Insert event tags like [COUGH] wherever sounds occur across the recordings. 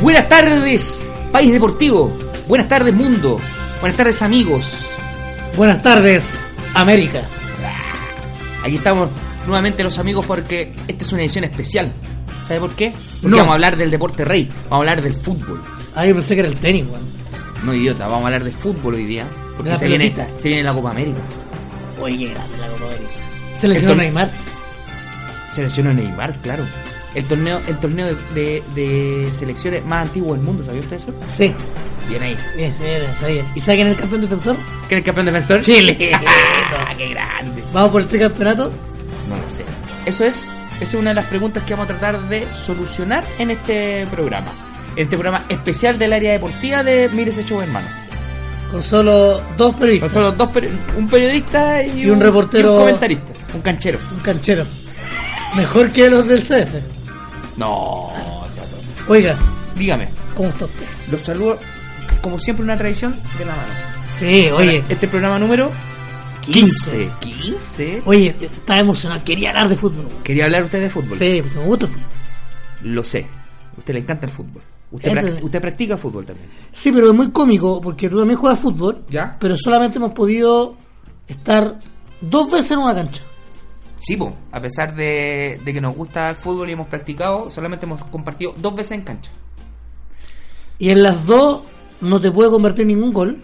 Buenas tardes, país deportivo. Buenas tardes, mundo. Buenas tardes, amigos. Buenas tardes, América. Aquí estamos nuevamente los amigos porque esta es una edición especial. ¿Sabe por qué? Porque No. vamos a hablar del deporte rey, vamos a hablar del fútbol. Ah, yo pensé que era el tenis, weón. No idiota, vamos a hablar del fútbol hoy día. Porque La se viene, pelotita. se viene la Copa América. Oye, qué grande la Copa América. Se lesionó Esto- Neymar. Se lesionó Neymar, claro. El torneo, el torneo de, de- de selecciones más antiguo del mundo, ¿sabía usted eso? Sí, Bien ahí. bien, bien, sabía. ¿Y saben quién es el campeón defensor? ¿Quién es el campeón defensor? [LAUGHS] Ah, Chile. ¡Qué grande! Vamos por el tricampeonato. No lo sé. Eso es, esa es una de las preguntas que vamos a tratar de solucionar en este programa. En este programa especial del área deportiva de Mires Hecho Hermano. con solo dos Son periodistas. solo dos peri- un periodista y, Y un reportero- y un comentarista. Un canchero. Un canchero. Mejor que los del CF. No, o sea, todo. Oiga, dígame. ¿cómo está usted? Ah. Los saludo, como siempre, una tradición de la mano. Sí, oye, Este programa número 15. 15. oye, estaba emocionado. Quería hablar de fútbol. weón. Quería hablar usted de fútbol. Sí, me gusta el fútbol. Lo sé. A usted le encanta el fútbol. Usted, Entonces- pract- usted practica fútbol también. Sí, pero es muy cómico porque tú también juegas fútbol. Ya. Pero solamente hemos podido estar dos veces en una cancha. Sí, po. a pesar de, de que nos gusta el fútbol y hemos practicado, solamente hemos compartido dos veces en cancha. Y en las dos no te puede convertir ningún gol.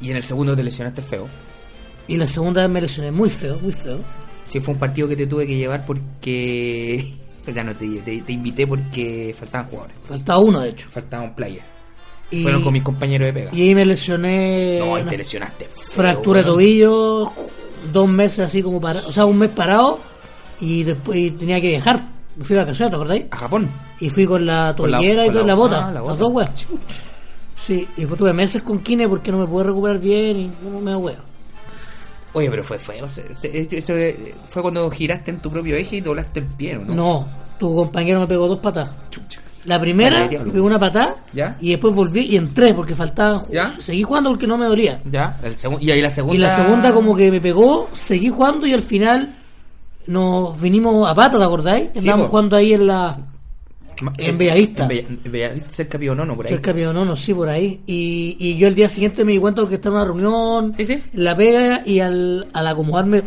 Y en el segundo te lesionaste feo. Y la segunda vez me lesioné muy feo, muy feo. Sí, fue un partido que te tuve que llevar porque... [LAUGHS] Ya no te, te, te invité porque faltaban jugadores, Faltaba uno, de hecho. faltaban playas. Y, Fueron con mis compañeros de pega. y ahí me lesioné no, y una te lesionaste. feo, fractura de weón. tobillo, dos meses así como para, o sea, un mes parado y después y tenía que viajar. Me fui de vacaciones, ¿te acordáis? A Japón. Y fui con la Con la- tobillera y con con la- la, bota, ah, la las bota. dos weas. Sí, y después tuve meses con Kine porque no me pude recuperar bien y no me huevo. Oye, pero fue feo. se- se- eso, eh, fue cuando giraste en tu propio eje y doblaste el pie, ¿o ¿no? No, tu compañero me pegó dos patas. Chucha. La primera, Dale, diablo. me pegó una patada ¿Ya? y después volví y entré porque faltaban. ju- ¿Ya? Seguí jugando porque no me dolía. Ya, el segun- y ahí la segunda... Y la segunda como que me pegó, seguí jugando y al final nos vinimos a pata, ¿te acordáis? Estábamos po. jugando ahí en la... Ma- En eh, Bellavista. En Bella- en Bellavista, cerca de Pionono, por ahí. Cerca de no, sí, por ahí. Y, y yo el día siguiente me di cuenta porque estaba en una reunión, Sí, sí. en la pega y al, al acomodarme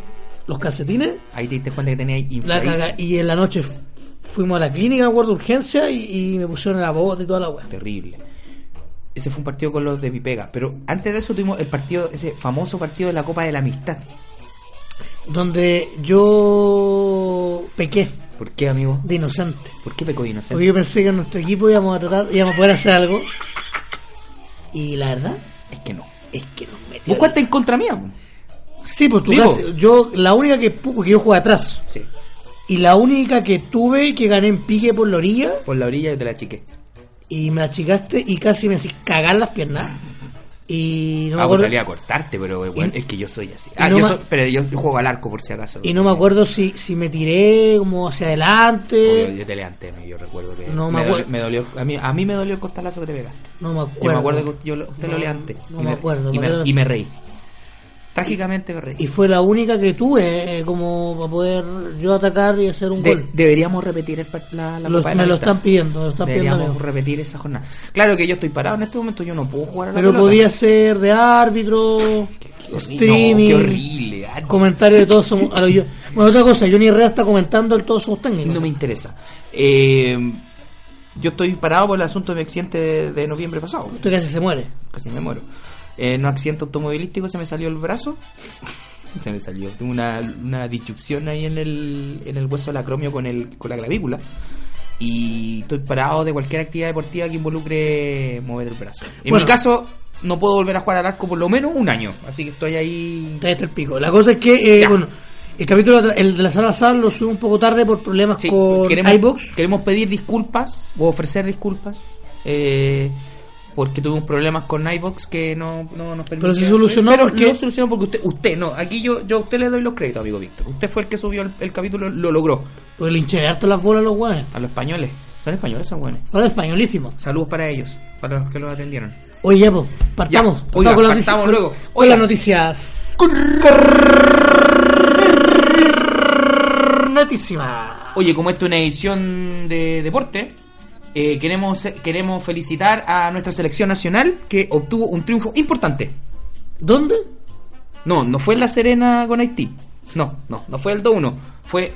los calcetines, Ahí te diste cuenta que tenía la infladísimo. caga- y en la noche fu- fuimos a la clínica, me acuerdo, de urgencia y, y me pusieron la bota y toda la weá. Terrible. Ese fue un partido con los de mi pega. Pero antes de eso tuvimos el partido, ese famoso partido de la Copa de la Amistad. Donde yo pequé ¿Por qué, amigo? de inocente. ¿Por qué pecó de Porque inocente? yo pensé que en nuestro equipo íbamos a tratar, íbamos a poder hacer algo. Y la verdad Es que no. es que nos metió. ¿Vos cuántas en contra mía? po? Sí, pues tú Sí, casi- po. yo la única que pu- porque yo jugué atrás Sí. y la única que tuve que gané en pique por la orilla Por la orilla yo te la Ah, chiqué. y me achicaste y casi me hacís cagar las piernas. Y ah, no me pues acuerdo salí a cortarte, pero eh, bueno, Y- es que yo soy así. Ah, no yo ma- soy- pero yo, yo juego al arco por si acaso. y no me acuerdo si si me tiré como hacia Yo, adelante, yo te levanté, no, yo recuerdo que No me, me dolió, acuerdo. me dolió- a, mí, a mí me dolió el costalazo que te pegaste. no Yo me me acuerdo. acuerdo que yo lo- usted lo No, leantes. no me acuerdo, Y me me, acuerdo. y me reí. Trágicamente me reí. Y fue la única que tuve eh, como para poder yo atacar y hacer un De- gol. deberíamos repetir el par- la, la Los- Copa de la me lo Amistad. están pidiendo, me lo están pidiendo. Deberíamos amigos. repetir esa jornada. Claro que yo estoy parado en este momento, yo no puedo jugar a la Pero pelota. podía ser de árbitro, Qué horrible, streaming, no, qué horrible. ah, no, comentario de todos somos. a lo yo- Bueno, otra cosa, Johnny Herrera está comentando el Todos somos técnicos. no me interesa. Eh, Yo estoy parado por el asunto de mi accidente de, de noviembre pasado. Esto casi se muere. Casi me muero. Eh, en un accidente automovilístico se me salió el brazo. [LAUGHS] Se me salió. Tuve una, una disyupción ahí en el, en el hueso del acromio con, el, con la clavícula. Y estoy parado de cualquier actividad deportiva que involucre mover el brazo. En Bueno. mi caso, no puedo volver a jugar al arco por lo menos un año. Así que estoy ahí. Trae hasta el pico. La cosa es que, eh, Ya. bueno, el capítulo atra- el de la sala sal lo subí un poco tarde por problemas Sí, con queremos, iBox. queremos pedir disculpas o ofrecer disculpas eh, porque tuvimos problemas con iBox que no, no nos permitió. Pero se solucionó Pero porque- lo solucionó porque usted, usted no. Aquí yo, yo a usted le doy los créditos, amigo Víctor. Usted fue el que subió el, el capítulo, lo logró. Porque le hinché harto las bolas a los guanes. A los españoles. Son españoles, son buenos. Ahora españolísimos. Saludos para ellos, para los que los atendieron. Oye, ya, pues, partamos. Ya, oiga, con las partamos noticias- luego. con Oiga. las noticias. Notísima. Oye, como esta es una edición de deporte, eh, queremos, queremos felicitar a nuestra selección nacional que obtuvo un triunfo importante. ¿Dónde? No, no fue La Serena con Haití. No, no, no fue el 2-1. Fue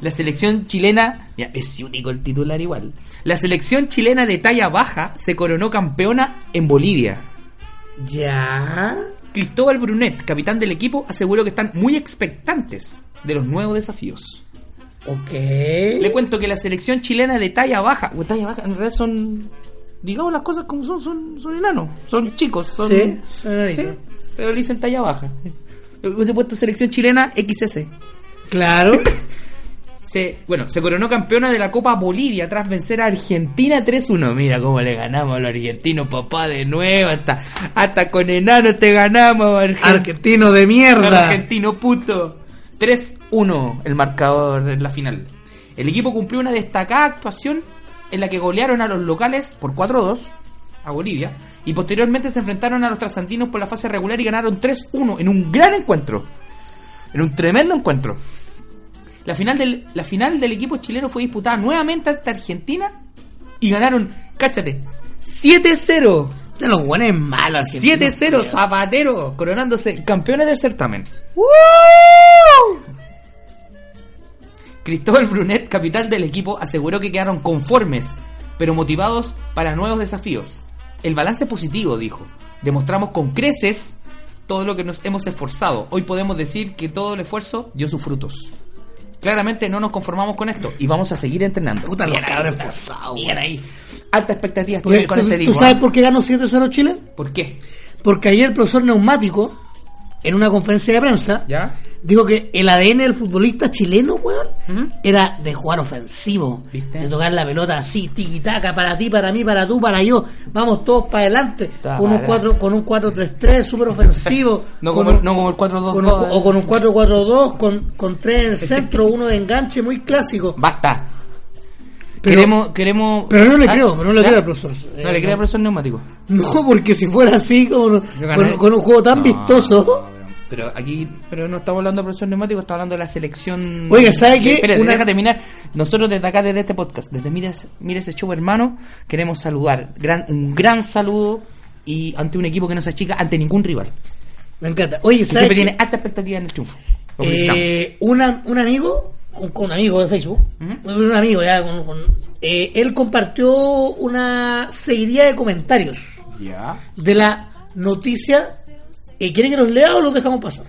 la selección chilena. Ya, es único el titular igual. La selección chilena de talla baja se coronó campeona en Bolivia. Ya. Cristóbal Brunet, capitán del equipo, aseguró que están muy expectantes de los nuevos desafíos. Ok. Le cuento que la selección chilena de talla baja, o talla baja, en realidad son, digamos las cosas como son, son, son enanos, son chicos, son, Sí, son enanitos. Sí, pero le dicen talla baja. Le Hubiese puesto selección chilena XS. [LAUGHS] Claro. Se, bueno, se coronó campeona de la Copa Bolivia tras vencer a Argentina 3-1. Mira cómo le ganamos a los argentinos, papá, de nuevo. Hasta, hasta con enano te ganamos, Argentina. Argentino de mierda. Argentino puto. 3-1 el marcador en la final. El equipo cumplió una destacada actuación en la que golearon a los locales por 4-2 a Bolivia y posteriormente se enfrentaron a los trasantinos por la fase regular y ganaron 3-1 en un gran encuentro. En un tremendo encuentro. La final, del, la final del equipo chileno fue disputada nuevamente ante Argentina y ganaron, cáchate, 7-0. De los guanes malos. argentinos. 7-0 Zapatero, coronándose campeones del certamen. Cristóbal Brunet, capital del equipo, aseguró que quedaron conformes, pero motivados para nuevos desafíos. El balance es positivo, dijo. Demostramos con creces todo lo que nos hemos esforzado. Hoy podemos decir que todo el esfuerzo dio sus frutos. Claramente no nos conformamos con esto y vamos a seguir entrenando. Puta, los Bien ahí, cabros forzados. bien ahí. Alta expectativa Porque tienen con tú- ese ¿Tú tipo. sabes ¿ah? por qué ganó 7-0 Chile? ¿Por qué? Porque ayer el profesor Neumático, en una conferencia de prensa, ¿Ya? dijo que el ADN del futbolista chileno, weón, Ujú. era de jugar ofensivo, ¿Viste? de tocar la pelota así, tiquitaca, para ti, para mí, para tú, para yo. Vamos todos para adelante. Ta- Con un, para- cuatro, con un 4-3-3 súper ofensivo. [LAUGHS] No con como, el- un- no como el 4 con un- o con eh. un 4-4-2, con, con tres en el Este centro, uno de enganche, muy clásico. Basta. Pero- queremos, queremos. Pero no le ¿Ah? creo, pero no le ¿Ya? creo al profesor. Eh, No le creo al profesor neumático. No, porque si fuera así, con, con- con un juego tan No, vistoso. Pero aquí, pero no estamos hablando del profesor neumático, estamos hablando de la selección. Oiga, ¿sabe qué? Espérate, Una- deja terminar. Nosotros desde acá, desde este podcast, desde Mira, ese- Mira ese show, hermano, queremos saludar. Gran, un gran saludo y ante un equipo que no se achica ante ningún rival. Me encanta. Oye, Que ¿sabes siempre qué? tiene alta expectativa en el triunfo. Lo felicitamos. Eh, una- un amigo, un, un amigo de Facebook, un amigo ya, con- con- eh, él compartió una seguidilla de comentarios de la noticia. Eh, ¿Quiere que los lea o los dejamos pasar?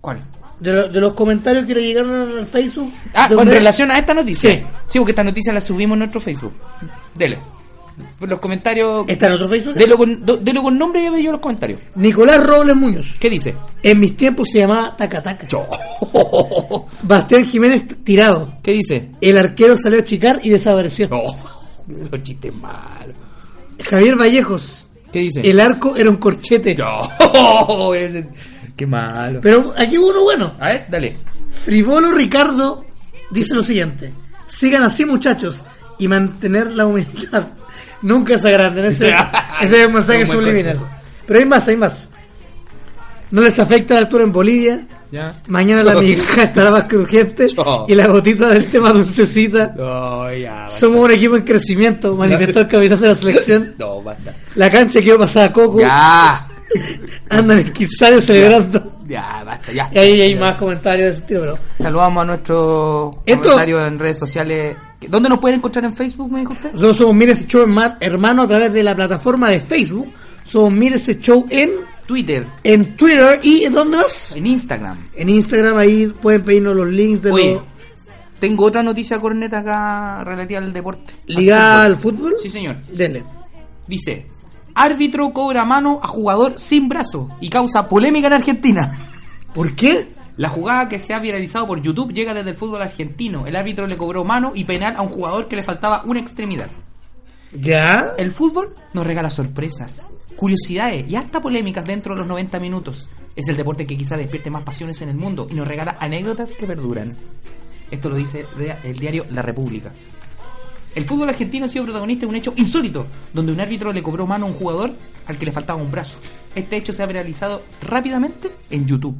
¿Cuál? De, lo- de los comentarios que le llegaron al Facebook. Ah, con donde- relación a esta noticia. Sí. Sí. porque esta noticia la subimos en nuestro Facebook. Dele. Por Los comentarios. Está en otro Facebook. Delo con, do- delo con nombre y apellido a los comentarios. Nicolás Robles Muñoz. ¿Qué dice? En mis tiempos se llamaba Tacataca. Bastián Jiménez tirado. [LAUGHS] ¿Qué dice? El arquero salió a chicar y desapareció. los chistes malos. Javier Vallejos. ¿Qué dice? El arco era un corchete. No, [LAUGHS] ese- Qué malo. Pero aquí hubo uno bueno. A ver, dale. Frivolo Ricardo dice lo siguiente: sigan así, muchachos, y mantener la humildad. [LAUGHS] Nunca se agranden. Ese, ese es un mensaje Un buen subliminal. consejo. Pero hay más, hay más. No les afecta la altura en Bolivia. Ya. Mañana la migaja estará más crujiente Chao. y la gotita del tema dulcecita. No, ya. basta. Somos un equipo en crecimiento, manifestó el capitán de la selección. No, basta. La cancha quedó pasada a Coco. Ya. Andan esquizales celebrando. Ya, basta, ya. Y ahí hay más comentarios de ese estilo, pero- Saludamos a nuestros Esto- comentarios en redes sociales ¿Dónde nos pueden encontrar en Facebook, me dijo usted? Nosotros somos Mire ese show herma- hermano a través de la plataforma de Facebook. Somos Mire ese show en, Twitter, en Twitter y ¿en dónde más? en Instagram. En Instagram ahí pueden pedirnos los links de Oye, los tengo otra noticia corneta acá relativa al deporte. Al ligados al fútbol. fútbol. Sí, señor. Denle. Dice, árbitro cobra mano a jugador sin brazo y causa polémica en Argentina. ¿Por qué? La jugada que se ha viralizado por YouTube llega desde el fútbol argentino. El árbitro le cobró mano y penal a un jugador que le faltaba una extremidad. ¿Ya? El fútbol nos regala sorpresas, curiosidades y hasta polémicas dentro de los 90 minutos. Es el deporte que quizá despierte más pasiones en el mundo y nos regala anécdotas que perduran. Esto lo dice de- el diario La República. El fútbol argentino ha sido protagonista de un hecho insólito, donde un árbitro le cobró mano a un jugador al que le faltaba un brazo. Este hecho se ha realizado rápidamente en YouTube.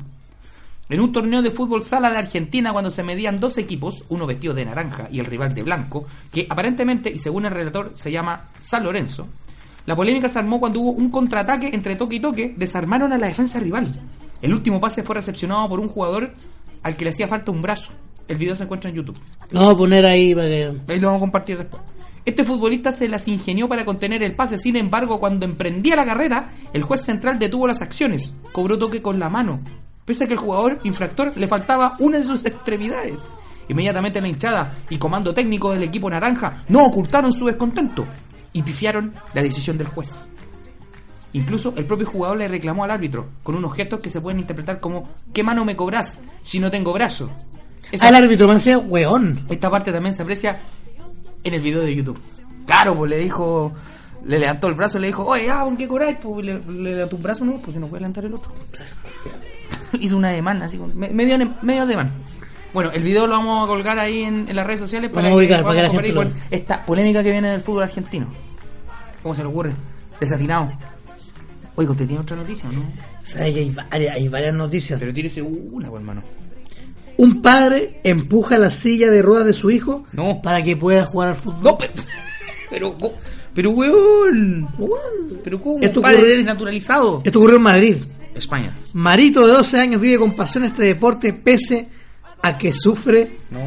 En un torneo de fútbol sala de Argentina, cuando se medían dos equipos, uno vestido de naranja y el rival de blanco, que aparentemente y según el relator se llama San Lorenzo, la polémica se armó cuando hubo un contraataque entre toque y toque, desarmaron a la defensa rival. El último pase fue recepcionado por un jugador al que le hacía falta un brazo. El video se encuentra en YouTube. Lo vamos a poner ahí para que... Ahí lo vamos a compartir después. Este futbolista se las ingenió para contener el pase, sin embargo, cuando emprendía la carrera, el juez central detuvo las acciones, cobró toque con la mano, pese a que el jugador infractor le faltaba una de sus [LAUGHS] extremidades. Inmediatamente la hinchada y comando técnico del equipo naranja no ocultaron su descontento y pifiaron la decisión del juez. Incluso el propio jugador le reclamó al árbitro con unos gestos que se pueden interpretar como ¿qué mano me cobras si no tengo brazo? Esa- Al árbitro me decía, weón. esta parte también se aprecia en el video de YouTube. Claro, pues le dijo, le levantó el brazo y le dijo, oye, ah, ¿con qué cobráis? Pues le, le levantó un brazo, no, pues si no puede levantar el otro. [LAUGHS] Hizo una demanda, así, con- me- medio, ne- medio demanda. Bueno, el video lo vamos a colgar ahí en, en las redes sociales para Vamos a ubicar, podamos para que la compartir gente lo con esta polémica que viene del fútbol argentino. ¿Cómo se le ocurre? Desatinado. Oiga, ¿usted tiene otra noticia o no? ¿Sabes que hay varias, hay varias noticias? Pero tírese una, pues, hermano. Un padre empuja la silla de ruedas de su hijo No. para que pueda jugar al fútbol. No, pero, [LAUGHS] pero, co- pero weón. Pero cómo, Esto padre ocurre- desnaturalizado. Esto ocurrió en Madrid. España. Marito de 12 años vive con pasión este deporte pese a que sufre No.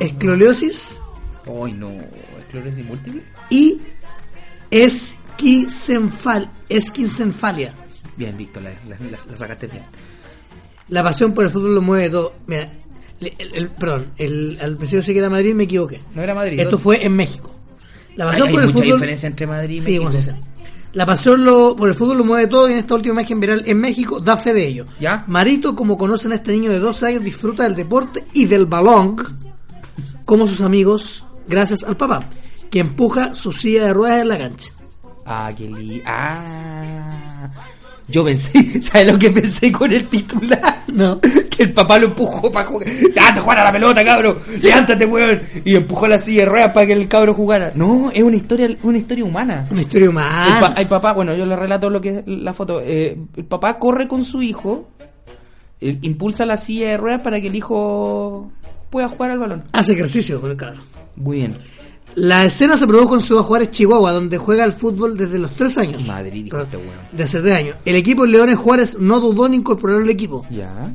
esclerosis Ay, no. ¿Esclerosis múltiple? y esquicenfal, esquicenfalia. Bien, Víctor, la, la- la- la sacaste bien. La pasión por el fútbol lo mueve todo. Mira, el, el- el- perdón, el, al principio sé que era Madrid me equivoqué. No era Madrid. Esto ¿no? fue en México. La Hay, pasión hay por el mucha fútbol. diferencia entre Madrid y Sí, México. bueno, sí, sí. La pasión lo- por el fútbol lo mueve todo y en esta última imagen viral en México da fe de ello. ¿Ya? Marito, como conocen a este niño de 12 años, disfruta del deporte y del balón como sus amigos gracias al papá, que empuja su silla de ruedas en la cancha. Ah, qué li... Ah. Yo pensé, [LAUGHS] ¿sabes lo que pensé con el titular? No. Que el papá lo empujó para jugar. ¡Date, jugar a la pelota, cabro! ¡Levántate, weón! Y empujó la silla de ruedas para que el cabro jugara. No, es una historia, una historia humana. Una historia El, pa- humana. el papá, bueno, yo le relato lo que es la foto. Eh, el papá corre con su hijo, eh, impulsa la silla de ruedas para que el hijo pueda jugar al balón. Hace ejercicio con el carro. Muy bien. La escena se produjo en Ciudad Juárez, Chihuahua, donde juega al fútbol desde los 3 años. Madrid, hijo de este weón. De hace 3 años. El equipo Leones Juárez no dudó en incorporar al equipo. Ya.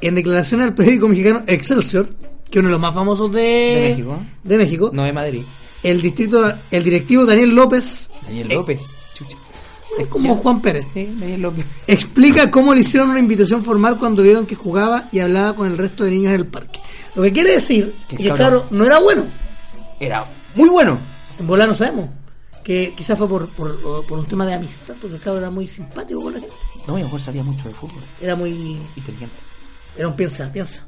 En declaración al periódico mexicano Excelsior, que es uno de los más famosos de, De México. de México, No es Madrid. el distrito, el directivo Daniel López, Daniel eh, López. es como Juan Pérez, Sí, Daniel López. explica cómo le hicieron una invitación formal cuando vieron que jugaba y hablaba con el resto de niños en el parque. Lo que quiere decir Qué es que, cabrón. claro, no era bueno. Era muy bueno. En volar no sabemos. Que quizás fue por, por, por un tema de amistad, porque el cabrón era muy simpático con la gente. No, mi mejor sabía mucho de fútbol. Era muy. Inteligente. Era un piensa, piensa.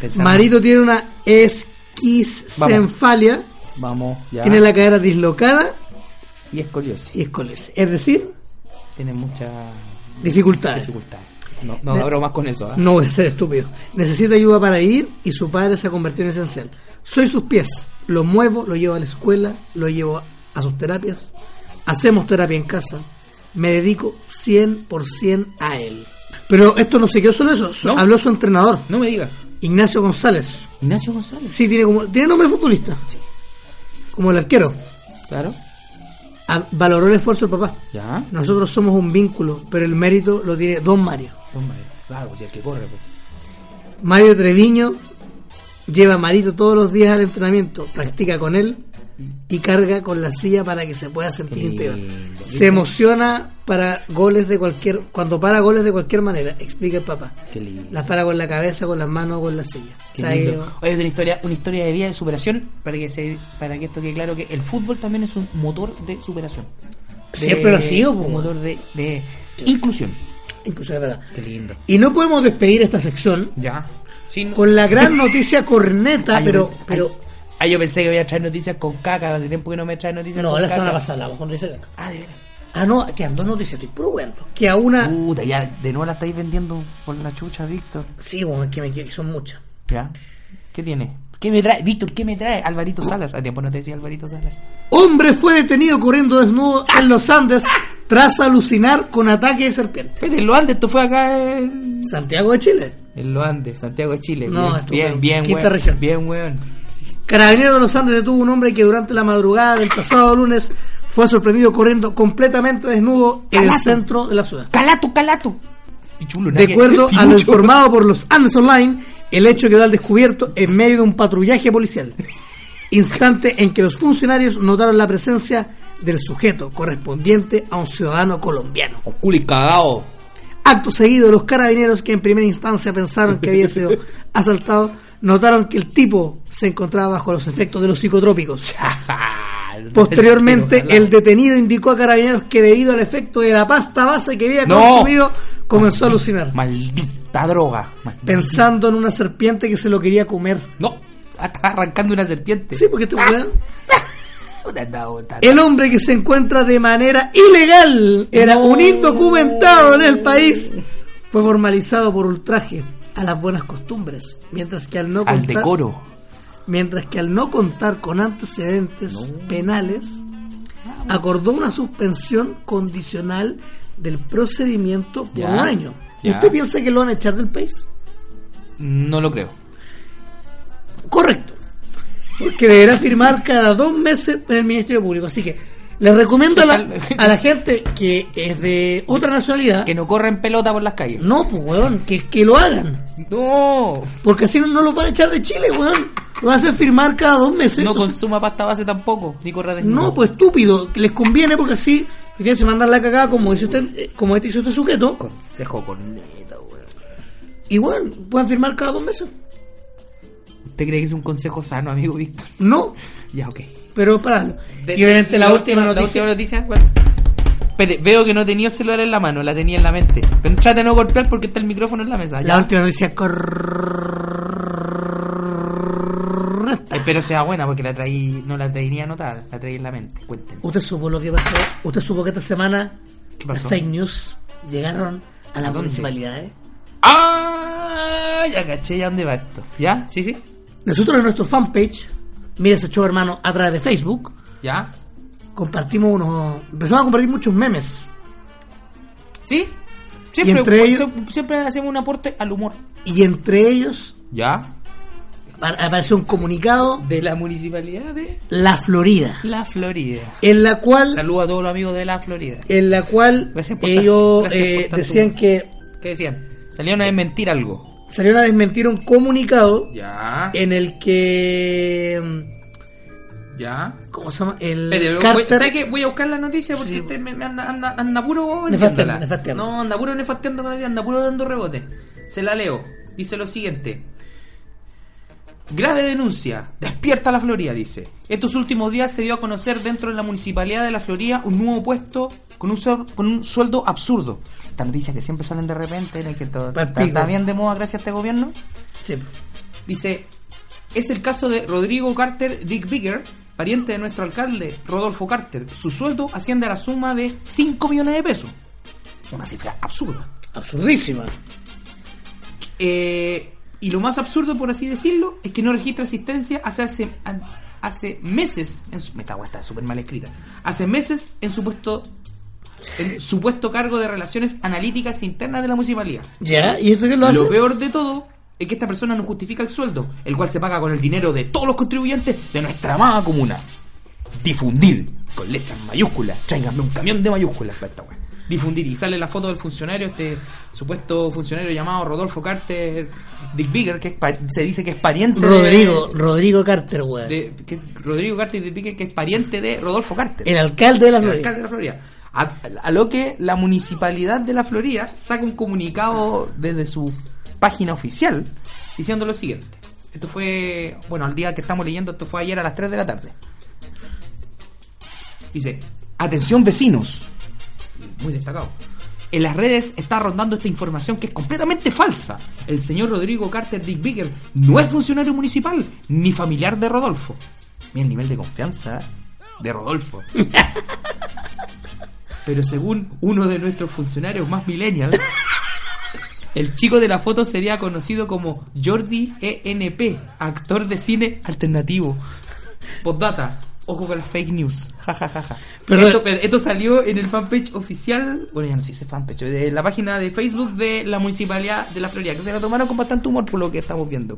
Pensaba. Marito tiene una esquisenfalia. Vamos, ya. Tiene la cadera dislocada Y es curioso. y escoliosis. Es decir, Tiene mucha dificultades. dificultad. No, no abro más con eso. ¿ah? No voy a ser estúpido. Necesita ayuda para ir y su padre se ha convertido en esencial. Soy sus pies. Lo muevo, lo llevo a la escuela, lo llevo a sus terapias. Hacemos terapia en casa. Me dedico 100% a él. Pero esto no se quedó solo eso. so- No. Habló su entrenador, No me digas. Ignacio González. Ignacio González. Sí, tiene como tiene nombre de futbolista. Como el arquero. Claro. A- valoró el esfuerzo del papá. Ya. Nosotros somos un vínculo, pero el mérito lo tiene Don Mario. Hombre, claro, pues el que corre, pues. Mario Treviño Lleva a Marito todos los días al entrenamiento, practica con él y carga con la silla para que se pueda sentir íntegro. Se emociona para goles de cualquier, cuando para goles de cualquier manera, explica el papá. Qué lindo. Las para con la cabeza, con las manos, con la silla. Qué O sea, que- lindo. Oye, una historia, una historia de vida de superación para que se, para que esto quede claro que el fútbol también es un motor de superación. De- Siempre lo ha sido, po, un motor de, de inclusión. incluso es verdad. Qué lindo. Y no podemos despedir esta sección Ya. Sí, no- con [LAUGHS] la gran noticia corneta, Ay, pero, ay, pero ay, ah, yo pensé que voy a traer noticias con caca. Hace tiempo que no me trae noticias no, con la caca. semana pasada hablamos con noticia de acá. Ah, de veras. Ah, no, quedan dos noticias, estoy puro hueando. Que a una. Puta, ya de nuevo la estáis vendiendo por la chucha, Víctor. Sí, bueno, es que me que son muchas. Ya. ¿Qué tiene? ¿Qué me trae? Víctor, ¿qué me trae? Alvarito Salas. A tiempo no te decía Alvarito Salas. Hombre fue detenido corriendo desnudo en los Andes tras alucinar con ataque de serpiente. Fíjate, en los Andes, esto fue acá en, Santiago de Chile. en los Andes, Santiago de Chile. No, Bien, esto bien, fue bien, quinta weón. región. Bien, weón. Carabinero de los Andes detuvo a un hombre que durante la madrugada del pasado lunes fue sorprendido corriendo completamente desnudo en el Calato. centro de la ciudad. Calato, calato. Pichulo, [LAUGHS] De acuerdo a lo los informado por los Andes Online, el hecho quedó al descubierto en medio de un patrullaje policial. Instante en que los funcionarios notaron la presencia del sujeto correspondiente a un ciudadano colombiano. Culi Oh, cagao. Acto seguido, los carabineros que en primera instancia pensaron que [LAUGHS] había sido asaltado, notaron que el tipo se encontraba bajo los efectos de los psicotrópicos. [LAUGHS] Posteriormente, el detenido indicó a carabineros que debido al efecto de la pasta base que había No. consumido, comenzó a alucinar, Maldita droga. Maldita- pensando en una serpiente que se lo quería comer. No, ah, está arrancando una serpiente. Sí, porque este Ah. weón- Puta, no, puta, no. el hombre que se encuentra de manera ilegal era un indocumentado en el país, fue formalizado por ultraje a las buenas costumbres, mientras que al no Al contar- decoro. mientras que al no contar con antecedentes penales, acordó una suspensión condicional del procedimiento por Ya, un año. ¿Y ya. usted piensa que lo van a echar del país? No lo creo. Correcto. Porque deberá firmar cada dos meses en el Ministerio Público. Así que les recomiendo a Se la, salve. a la gente que es de otra nacionalidad, Que no corren pelota por las calles. ¿Ah? no, pues, weón, que, que lo hagan. No. Porque así no, no los van a echar de Chile, weón. Lo van a hacer firmar cada dos meses. No O sea, consuma pasta base tampoco, ni corra desnudo. No, pues estúpido, que les conviene porque así tienen que mandar la cagada como dice usted, eh, como este hizo este sujeto, Consejo corneta, weón. y bueno, pueden firmar cada dos meses. ¿Usted cree que es un consejo sano, amigo Víctor? No, Ya, ok. pero paralo. Y obviamente este la, última noticia. este La última noticia, ¿cuál? Espere, veo que no tenía el celular en la mano, la tenía en la mente. Pero trata de no golpear porque está el micrófono en la mesa. La Ya. última noticia correcta. Espero Eh, sea buena porque la traí, no la traía anotada, la traí en la mente. Cuénteme. Usted supo lo que pasó. Usted supo que esta semana ¿Qué las pasó? Mm. fake news llegaron a eh? las ¿Dónde? municipalidades. ¡Ah! Ya caché ya dónde va esto. ¿Ya? ¿Sí, sí? Nosotros en nuestro fanpage, mira ese show hermano, a través de Facebook, ¿Ya? compartimos unos. Empezamos a compartir muchos memes. ¿Sí? Siempre, entre pues, ellos- sie- siempre hacemos un aporte al humor. Y entre ellos ¿Ya? a- apareció un comunicado De la municipalidad de La Florida, La Florida. en la cual, Saludo a todos los amigos de La Florida. en la cual Gracias por tan- ellos gracias por eh, tanto. decían que ¿Qué decían? Salieron a desmentir algo. salieron a desmentir un comunicado Ya, en el que mm, ya. ¿cómo se llama? El Espere, voy, Carter ¿sabes qué? Voy a buscar la noticia porque Sí. usted me, me anda, anda, anda puro Nefasteando, entiéndala. nefasteando. No, anda puro nefasteando con la tía, anda puro dando rebote. Se la leo. Dice lo siguiente. Grave denuncia. Despierta la Florida, dice. Estos últimos días se dio a conocer dentro de la municipalidad de la Florida un nuevo puesto con un, suel- con un sueldo absurdo. Estas noticias que siempre salen de repente, en el que todo Pal está, está pico. bien de moda gracias a este gobierno. sí, Dice, es el caso de Rodrigo Carter Dick Bigger, pariente de nuestro alcalde, Rodolfo Carter. Su sueldo asciende a la suma de 5 millones de pesos. Una cifra absurda. absurdísima. Eh, y lo más absurdo, por así decirlo, es que no registra asistencia hace, hace, hace meses. En su, me cago, está súper mal escrita. Hace meses en su puesto, en su puesto cargo de relaciones analíticas internas de la municipalidad. ¿Ya? ¿Y eso qué lo hace? Lo peor de todo es que esta persona no justifica el sueldo, el cual se paga con el dinero de todos los contribuyentes de nuestra amada comuna. Difundir con letras mayúsculas. Tráiganme un camión de mayúsculas para esta wea. difundir. Y sale la foto del funcionario, este supuesto funcionario llamado Rodolfo Carter Dick Bigger, que es pa- se dice que es pariente de- Eh, Rodrigo, Rodrigo Carter, weón. de, que Rodrigo Carter Dick Bigger, que es pariente de Rodolfo Carter. El alcalde de la el Florida. alcalde de la Florida. A, a lo que la municipalidad de la Florida saca un comunicado desde su página oficial diciendo lo siguiente. Esto fue, bueno, al día que estamos leyendo, esto fue ayer a las 3 de la tarde. Dice, atención vecinos. Muy destacado. En las redes está rondando esta información que es completamente falsa. El señor Rodrigo Carter Dick Bigger no es funcionario municipal ni familiar de Rodolfo. Mira el nivel de confianza de Rodolfo. Pero según uno de nuestros funcionarios más millennials, el chico de la foto sería conocido como Jordi ENP, actor de cine alternativo. Postdata, ojo con las fake news. Ja, ja, ja, ja. Perdón. Esto, pero esto salió en el fanpage oficial, bueno, ya no sé si es fanpage, de la página de Facebook de la Municipalidad de la Florida, que se lo tomaron con bastante humor por lo que estamos viendo.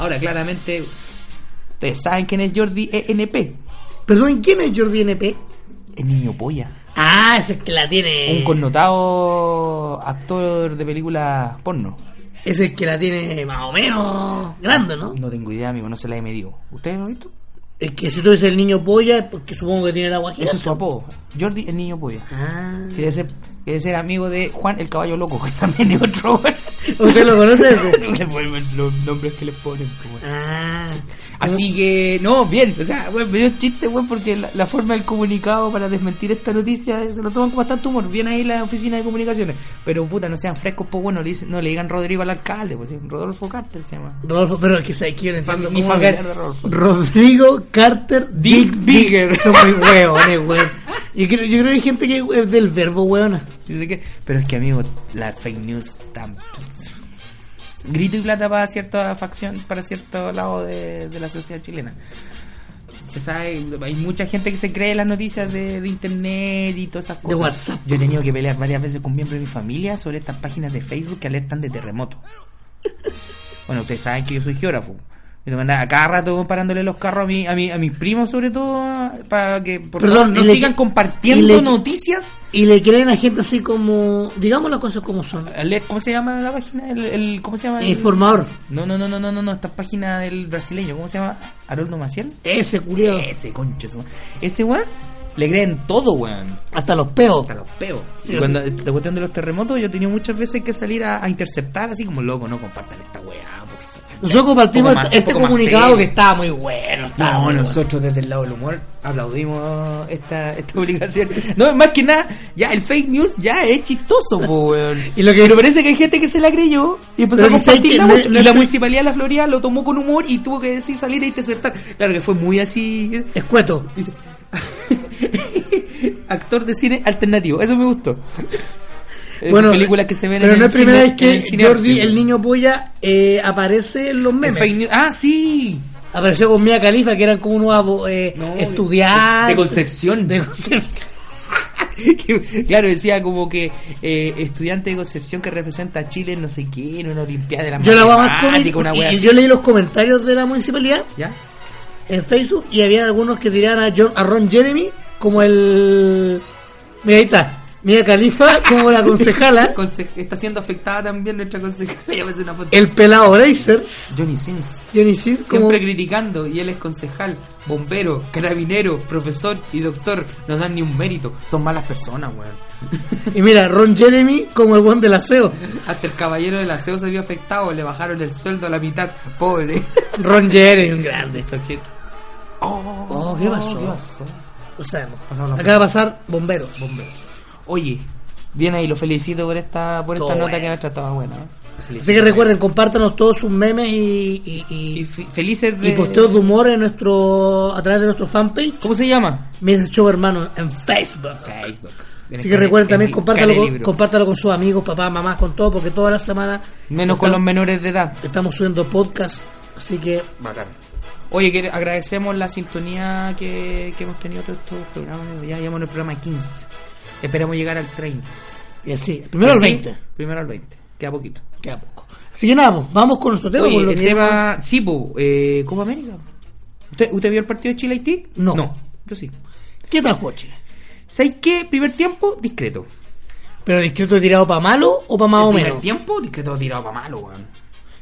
Ahora, claramente, ustedes saben quién es Jordi E ENP, Perdón, ¿quién es Jordi NP? el niño polla. Ah, ese es que la tiene. Un connotado actor de películas porno. Ese es que la tiene más o menos grande, ¿no? No tengo idea, amigo, no se la he medido. ¿Ustedes lo han visto? Es Eh, que si tú eres el niño polla es porque supongo que tiene la guajira. Ese es su apodo. Jordi, el niño polla. Ah. Quiere ser, quiere ser amigo de Juan, el caballo loco, que también es otro güey. ¿Usted lo conoce ese? [LAUGHS] Le vuelven los nombres que le ponen, pues, güey. Ah. Así que, no, bien. O sea, güey, me dio chiste, güey, porque la, la forma del comunicado para desmentir esta noticia eh, se lo toman con bastante humor. Bien ahí la oficina de comunicaciones. Pero, puta, no sean frescos, pues, bueno, le dicen- no le digan Rodrigo al alcalde, pues, sí, Rodolfo Carter se llama. Rodolfo, pero es que sabes que yo no entiendo Mi cómo familiar que- de Rodolfo. Rodrigo Carter Dick Dick Bigger. Bigger. Son muy hueones, weón. Yo creo, yo creo que hay gente que es del verbo hueona. Dice que- pero es que, amigo, la fake news tan... Grito y plata para cierta facción, para cierto lado de, de la sociedad chilena. O sea, hay, hay mucha gente que se cree las noticias de, de internet y todas esas cosas. WhatsApp. Yo he tenido que pelear varias veces con miembros de mi familia sobre estas páginas de Facebook que alertan de [LAUGHS] terremoto. Bueno, ustedes saben que yo soy geógrafo. Y tengo que andar a cada rato comparándole los carros a, mi, a, mi- a mis primos, sobre todo, para que por Perdón, favor, no y le- sigan y compartiendo le- noticias Y le creen a gente así como. Digamos las cosas como son. Ale- E ¿Cómo se llama la página? El, el- ¿Cómo se llama? El- Informador. No, no, no, no, no, no, no, esta página del brasileño, ¿cómo se llama? ¿Haroldo Maciel? Ese culiado. Ese concho, ese weón. Ese weón le creen todo, weón. Hasta los peos. Hasta los peos. Y cuando la cuestión de los terremotos, yo he tenido muchas veces que salir a, a interceptar, así como loco, no compartan esta weá. por favor". Nosotros compartimos Poco más- este poco más comunicado serio. que estaba muy bueno. Estaba No, muy Ah, bueno. nosotros desde el lado del humor aplaudimos esta, esta [LAUGHS] publicación. No, más que nada, ya el fake news ya es chistoso, po, weón. [LAUGHS] Y lo que- Pero parece que hay gente que se la creyó y empezó Pero a que sabes compartirla que no- mucho. no y la es- municipalidad de la Florida lo tomó con humor y tuvo que decir salir a interceptar. Claro que fue muy así. ¿eh? Escueto. Dice, [LAUGHS] actor de cine alternativo, eso me [LAUGHS] gustó. Eh, películas que se ven pero en no el es primera cine- vez que en el cine Jordi, arte, el weón. niño polla, eh, aparece en los En memes. fake news. Ah, sí. Apareció con Mia Califa, que eran como unos abo- eh, No, estudiantes. de Concepción. De Concepción. Que, [LAUGHS] claro, decía como que eh, estudiante de Concepción que representa a Chile, en no sé qué, en una Olimpiada de la Yo la voy más Matemática, cómica. una wea y así. Yo leí los comentarios de la municipalidad ¿Ya? en Facebook y había algunos que tiraban a, John, a Ron Jeremy como el. Mira, ahí está. Mia Califa como la [LAUGHS] concejala. Conse- está siendo afectada también nuestra concejala. Ya me hace una foto. el pelado Blazers. Johnny Sins. Johnny Sins como. Siempre criticando, y él es concejal, bombero, carabinero, profesor y doctor. No dan ni un mérito. Son malas personas, weón. Y mira, Ron Jeremy como el buen del aseo. Hasta el caballero del aseo se vio afectado. Le bajaron el sueldo a la mitad. Pobre. Ron Jeremy, un grande. Esta gente. Oh, Oh, ¿qué pasó? ¿qué pasó? Lo sabemos. Pasamos la Acaba de pasar bomberos. Oye, bien ahí, lo felicito por esta, por esta Todo nota bueno. que me ha tratado buena. ¿eh? Así que recuerden, compártanos todos sus memes y, y, Y y, fe- felices de. y posteos de humor en nuestro, a través de nuestro fanpage. ¿Cómo se llama? Mira ese show, hermano, en Facebook. Facebook. Así que recuerden también, compártalo con, con, compártalo con sus amigos, papás, mamás, con todo, porque todas las semanas Menos con los menores de edad. estamos subiendo podcast. Así que Oye, que agradecemos la sintonía que, que hemos tenido todos estos programas. amigo. Ya llevamos en el programa 15. Esperamos llegar al 30. y así, primero el Sí, 20. Primero al 20. Queda poquito. Queda poco. Así que nada, pues, vamos con nuestro tema. Oye, con lo el que- tema. Sí, po, eh, Copa América. ¿Usted, ¿Usted vio el partido de Chile-Haití? No. No, yo sí. ¿Qué tal jugó Chile? ¿Sabéis qué? Primer tiempo, discreto. Pero discreto tirado para malo o para más el o primer menos. tiempo, discreto tirado para malo, weón.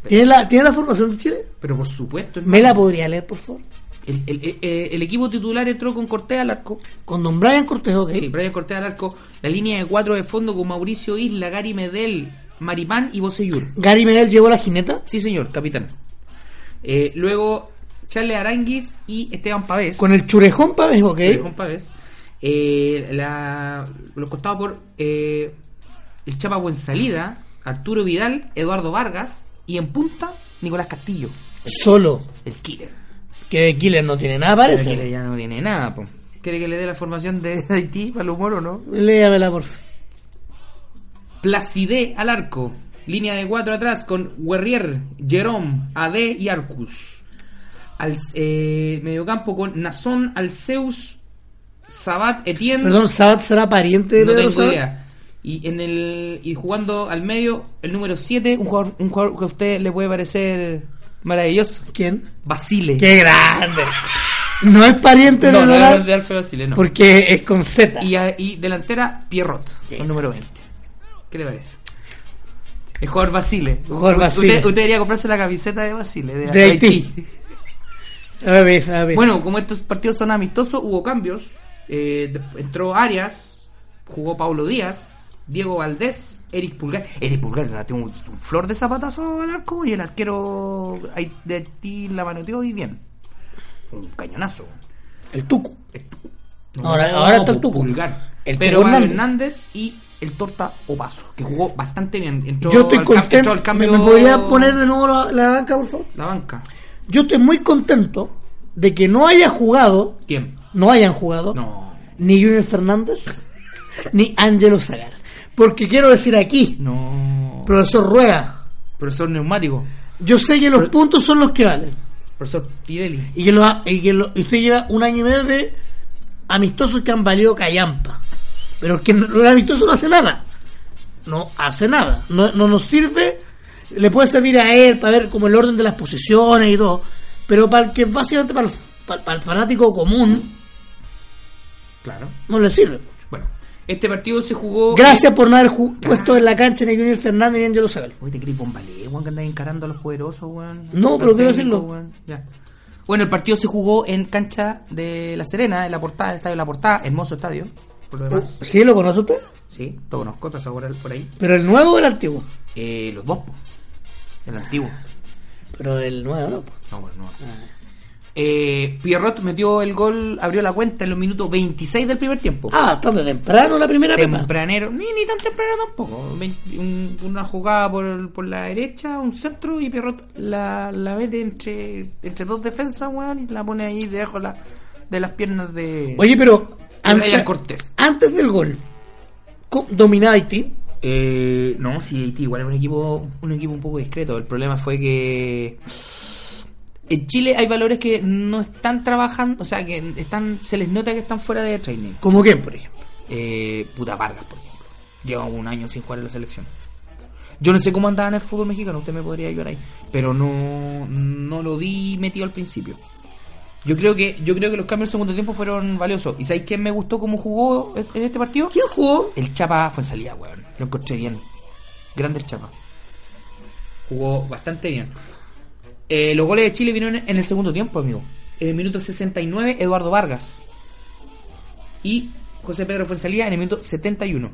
¿Tienes la, ¿Tienes la formación de Chile? Pero por supuesto, ¿Me hermano. la podría leer, por favor? El, el- el- eh, el equipo titular entró con Cortés al arco. Con Don Brian Cortés, ok. Sí, Brian Cortés al arco. La línea de cuatro de fondo con Mauricio Isla, Gary Medel, Maripán y Boseyur. Gary Medel llevó la jineta Sí, señor, capitán. Eh, luego, Charles Aranguis y Esteban Pavés. con el churejón Pavés, ok. Alejón Pavés. Eh, la, los costados por eh, el Chapa Buensalida, Arturo Vidal, Eduardo Vargas y en punta, Nicolás Castillo, Solo. el killer. Que de Killer no tiene nada, El killer parece. ya no tiene nada, po. ¿Quiere que le dé la formación de Haití para el humor o no? Léamela, por favor. Placide al arco. Línea de cuatro atrás con Guerrier, Jerome, Ade y Arcus. Al eh, mediocampo con Nazón, Alceus, Sabat, Etienne. Perdón, Sabat será pariente de no Pedro tengo Sabat. idea. Y, en el, y jugando al medio, el número 7, un jugador, un jugador que a usted le puede parecer maravilloso. ¿Quién? Basile. ¡Qué grande! No es pariente No, de no Lola era de Alfredo Basile, no. porque es con Z. Y, a- y delantera, Pierrot, el número 20. ¿Qué le parece? El jugador Basile. Jugador U- Basile. Usted, usted debería comprarse la camiseta de Basile. De, De Haití. A ver, a ver. Bueno, como estos partidos son amistosos, hubo cambios. Eh, de- entró Arias, jugó Pablo Díaz, Diego Valdés, Eric Pulgar. Eric Pulgar se metió un, un flor de zapatazo al arco y el arquero ahí de ti la manoteó y bien. Un cañonazo. el Tucu. Ahora- ahora está el Pu- Tucu. pues, Pulgar. El Pero Tucu Hernández. Hernández. y el Torta Opaso, que jugó bastante bien. Entró Yo estoy al cam- entró contento. al ¿Me, cambio me podría poner de nuevo la, la banca, por favor? la banca? Yo estoy muy contento de que no haya jugado, ¿Quién? no hayan jugado, No. ni Junior Fernández, ni Ángelo Zagal. Porque quiero decir aquí, No. profesor Rueda, Profesor Neumático. yo sé que los puntos son los que valen. Profesor Pirelli. Y que, lo ha- y que lo- y usted lleva un año y medio de amistosos que han valido callampa. Pero que no- el amistoso no hace nada. No hace nada. No, no nos sirve. Le puede servir a él para ver como el orden de las posiciones y todo. Pero para el que básicamente para el, para- para el fanático común Claro. no le sirve. Bueno, este partido se jugó. Gracias por no haber ju- puesto en la cancha ni a Junior Fernández ni a Angelo Zagal. Uy, te querés bombalé, weón, que andas encarando a los poderosos, weón. No, pero Al técnico, quiero decirlo. weón. Ya. Bueno, el partido se jugó en cancha de La Serena, en la portada, el estadio de La Portada, hermoso estadio. Por lo demás, Pues, ¿Sí lo conoce usted? sí, lo conozco, he pasado por, por ahí. Pero el nuevo o el antiguo. Eh, los dos, po. el antiguo. Pero el nuevo no. pues. No, bueno, no. Eh, Pierrot metió el gol, abrió la cuenta en los minutos 26 del primer tiempo. Ah, bastante temprano la primera pepa. Tempranero, ni, ni tan temprano tampoco. Ve- un- una jugada por, por la derecha, un centro y Pierrot la, la mete entre, entre dos defensas, weón, y la pone ahí debajo la, de las piernas de. Oye, pero Brian Cortés. antes del gol, co- dominaba Haití. Eh, no, sí, Haití, igual es un equipo, un equipo un poco discreto. El problema fue que. En Chile hay valores que no están trabajando, o sea, que están se les nota que están fuera de training. ¿Como quién, por ejemplo? Eh, puta Vargas, por ejemplo. Lleva un año sin jugar en la selección. Yo no sé cómo andaba en el fútbol mexicano, usted me podría ayudar ahí. Pero no, no lo vi metido al principio. Yo creo que, yo creo que los cambios del segundo tiempo fueron valiosos. ¿Y sabéis quién me gustó cómo jugó en- en este partido? ¿Quién jugó? El Chapa fue en salida, weón. Lo encontré bien. Grande el Chapa. Jugó bastante bien. Eh, los goles de Chile vinieron en el segundo tiempo, amigo. En el minuto 69, Eduardo Vargas. Y José Pedro Fuensalía en el minuto 71.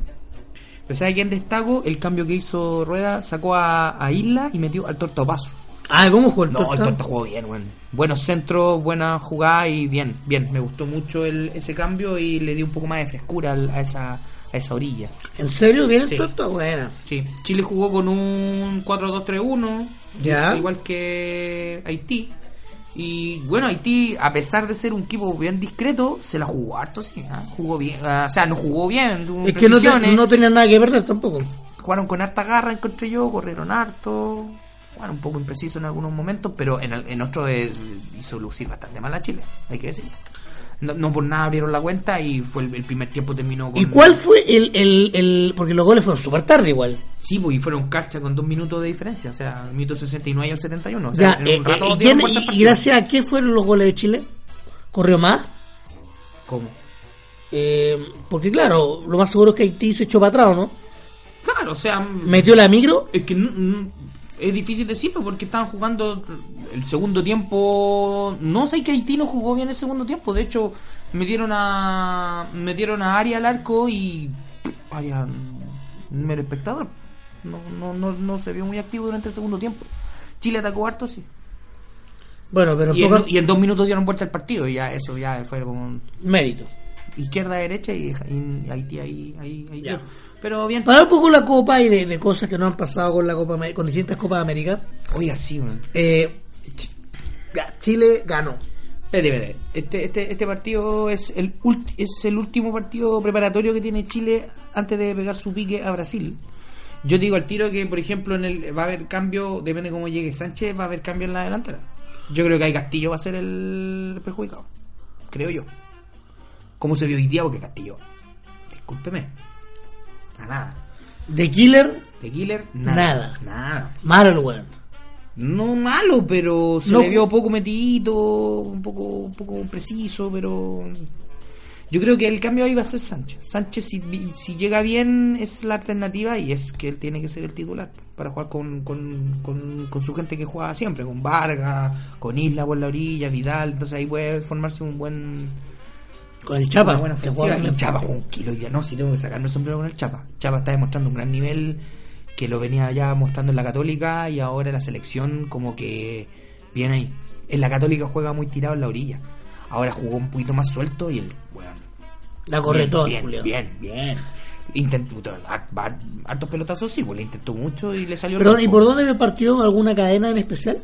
Pero ¿sabes quién destaco? El cambio que hizo Rueda sacó a, a Isla y metió al Torta Opaso. Ah, ¿cómo jugó el No, el Tottenham? Torta jugó bien, weón. Buenos centros, buena jugada y bien, bien. Me gustó mucho el- ese cambio y le dio un poco más de frescura al- a esa, a esa orilla. ¿En serio? ¿Viene el Sí. Tottenham? Buena. Sí, Chile jugó con un 4-2-3-1, Ya. igual que Haití. Y bueno, Haití, a pesar de ser un equipo bien discreto, se la jugó harto, sí. ¿ah? Jugó bien, ah, o sea, no jugó bien. tuvo Es que no, te- precisiones, no tenía nada que perder tampoco. Jugaron con harta garra, encontré yo, corrieron harto. Bueno, un poco impreciso en algunos momentos, pero en, el- en otros eh, hizo lucir bastante mal a Chile, hay que decirlo. No, no por nada abrieron la cuenta y fue el, el primer tiempo terminó con... ¿Y cuál fue el, el, el- Porque los goles fueron súper tarde igual. Sí, pues, y fueron cacha con dos minutos de diferencia, o sea, el minuto 69 y el 71. O sea, Ya, en un eh, rato eh, dieron ¿quién- vuelta al y- y partido. gracias a qué fueron los goles de Chile? ¿Corrió más? ¿Cómo? Eh, porque claro, lo más seguro es que Haití se echó para atrás, ¿o ¿no? o sea. mm, ¿Metió la micro? Es que no- no- es difícil decirlo porque estaban jugando el segundo tiempo. No sé que Haití no jugó bien el segundo tiempo. De hecho, metieron a metieron a Aria al arco y Aria mero espectador. No, no, no, no se vio muy activo durante el segundo tiempo. Chile atacó harto, sí. Bueno, pero Y en poca- en, y en dos minutos dieron vuelta el partido. Y ya eso ya fue como un mérito. izquierda derecha y, y Haití ahí ahí, ahí Ya. Pero bien. Para un poco la Copa y de, de cosas que no han pasado con la Copa Amé- con distintas Copas de América. Oiga, sí, man. eh, Ch- ga- Chile ganó. Espérate, espérate. Este, este, este partido es el, ulti- es el último partido preparatorio que tiene Chile antes de pegar su pique a Brasil. Yo digo al tiro que, por ejemplo, en el va a haber cambio, depende de cómo llegue Sánchez, va a haber cambio en la delantera. Yo creo que ahí Castillo va a ser el perjudicado. Creo yo. ¿Cómo se vio hoy día? Porque Castillo, discúlpeme, a nada. The Killer, De Killer, Nada. nada. Nada. malo el weón. No malo, pero se No le ju- vio poco metidito, un poco, un poco preciso, pero yo creo que el cambio ahí va a ser Sánchez. Sánchez, si, si llega bien, es la alternativa y es que él tiene que ser el titular para jugar con, con, con, con su gente que juega siempre, con Vargas, con Isla por la orilla, Vidal, entonces ahí puede formarse un buen... Con el Chapa. una buena que ofensiva. juega Y Este Chapa jugó un kilo ya no, si tengo que sacarme el sombrero con el Chapa. Chapa está demostrando un gran nivel que lo venía ya mostrando en la Católica y ahora la selección como que viene ahí. En la Católica juega muy tirado en la orilla. Ahora jugó un poquito más suelto y el bueno, La corretón, bien, Julio. bien, bien. Intentó har- har- hartos pelotazos, sí, pues le intentó mucho y le salió. Perdón, loco. ¿y por dónde vio el partido? ¿Alguna cadena en especial?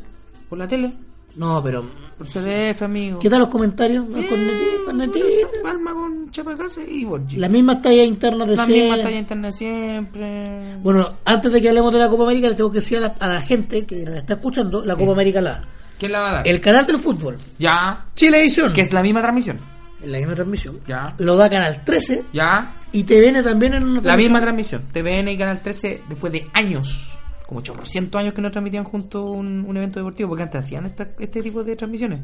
Por la tele, No, pero. por CDF, amigo. ¿Qué tal los comentarios? ¿No? Eh, Cornetita, cornetita. Palma con Chapacase y Borgi. La misma talla interna de La misma C. E talla interna siempre. Bueno, antes de que hablemos de la Copa América, le tengo que decir a la, a la gente que nos está escuchando la Copa América la da. ¿Quién la va a dar? El canal del fútbol, Ya. Chilevisión, Que es la misma transmisión. en la misma transmisión, Ya. lo da Canal 13 Ya. y TVN también en una La transmisión. misma transmisión. TVN y Canal 13, después de años, como 800 años que no transmitían junto un, un evento deportivo, porque antes hacían esta- este tipo de transmisiones.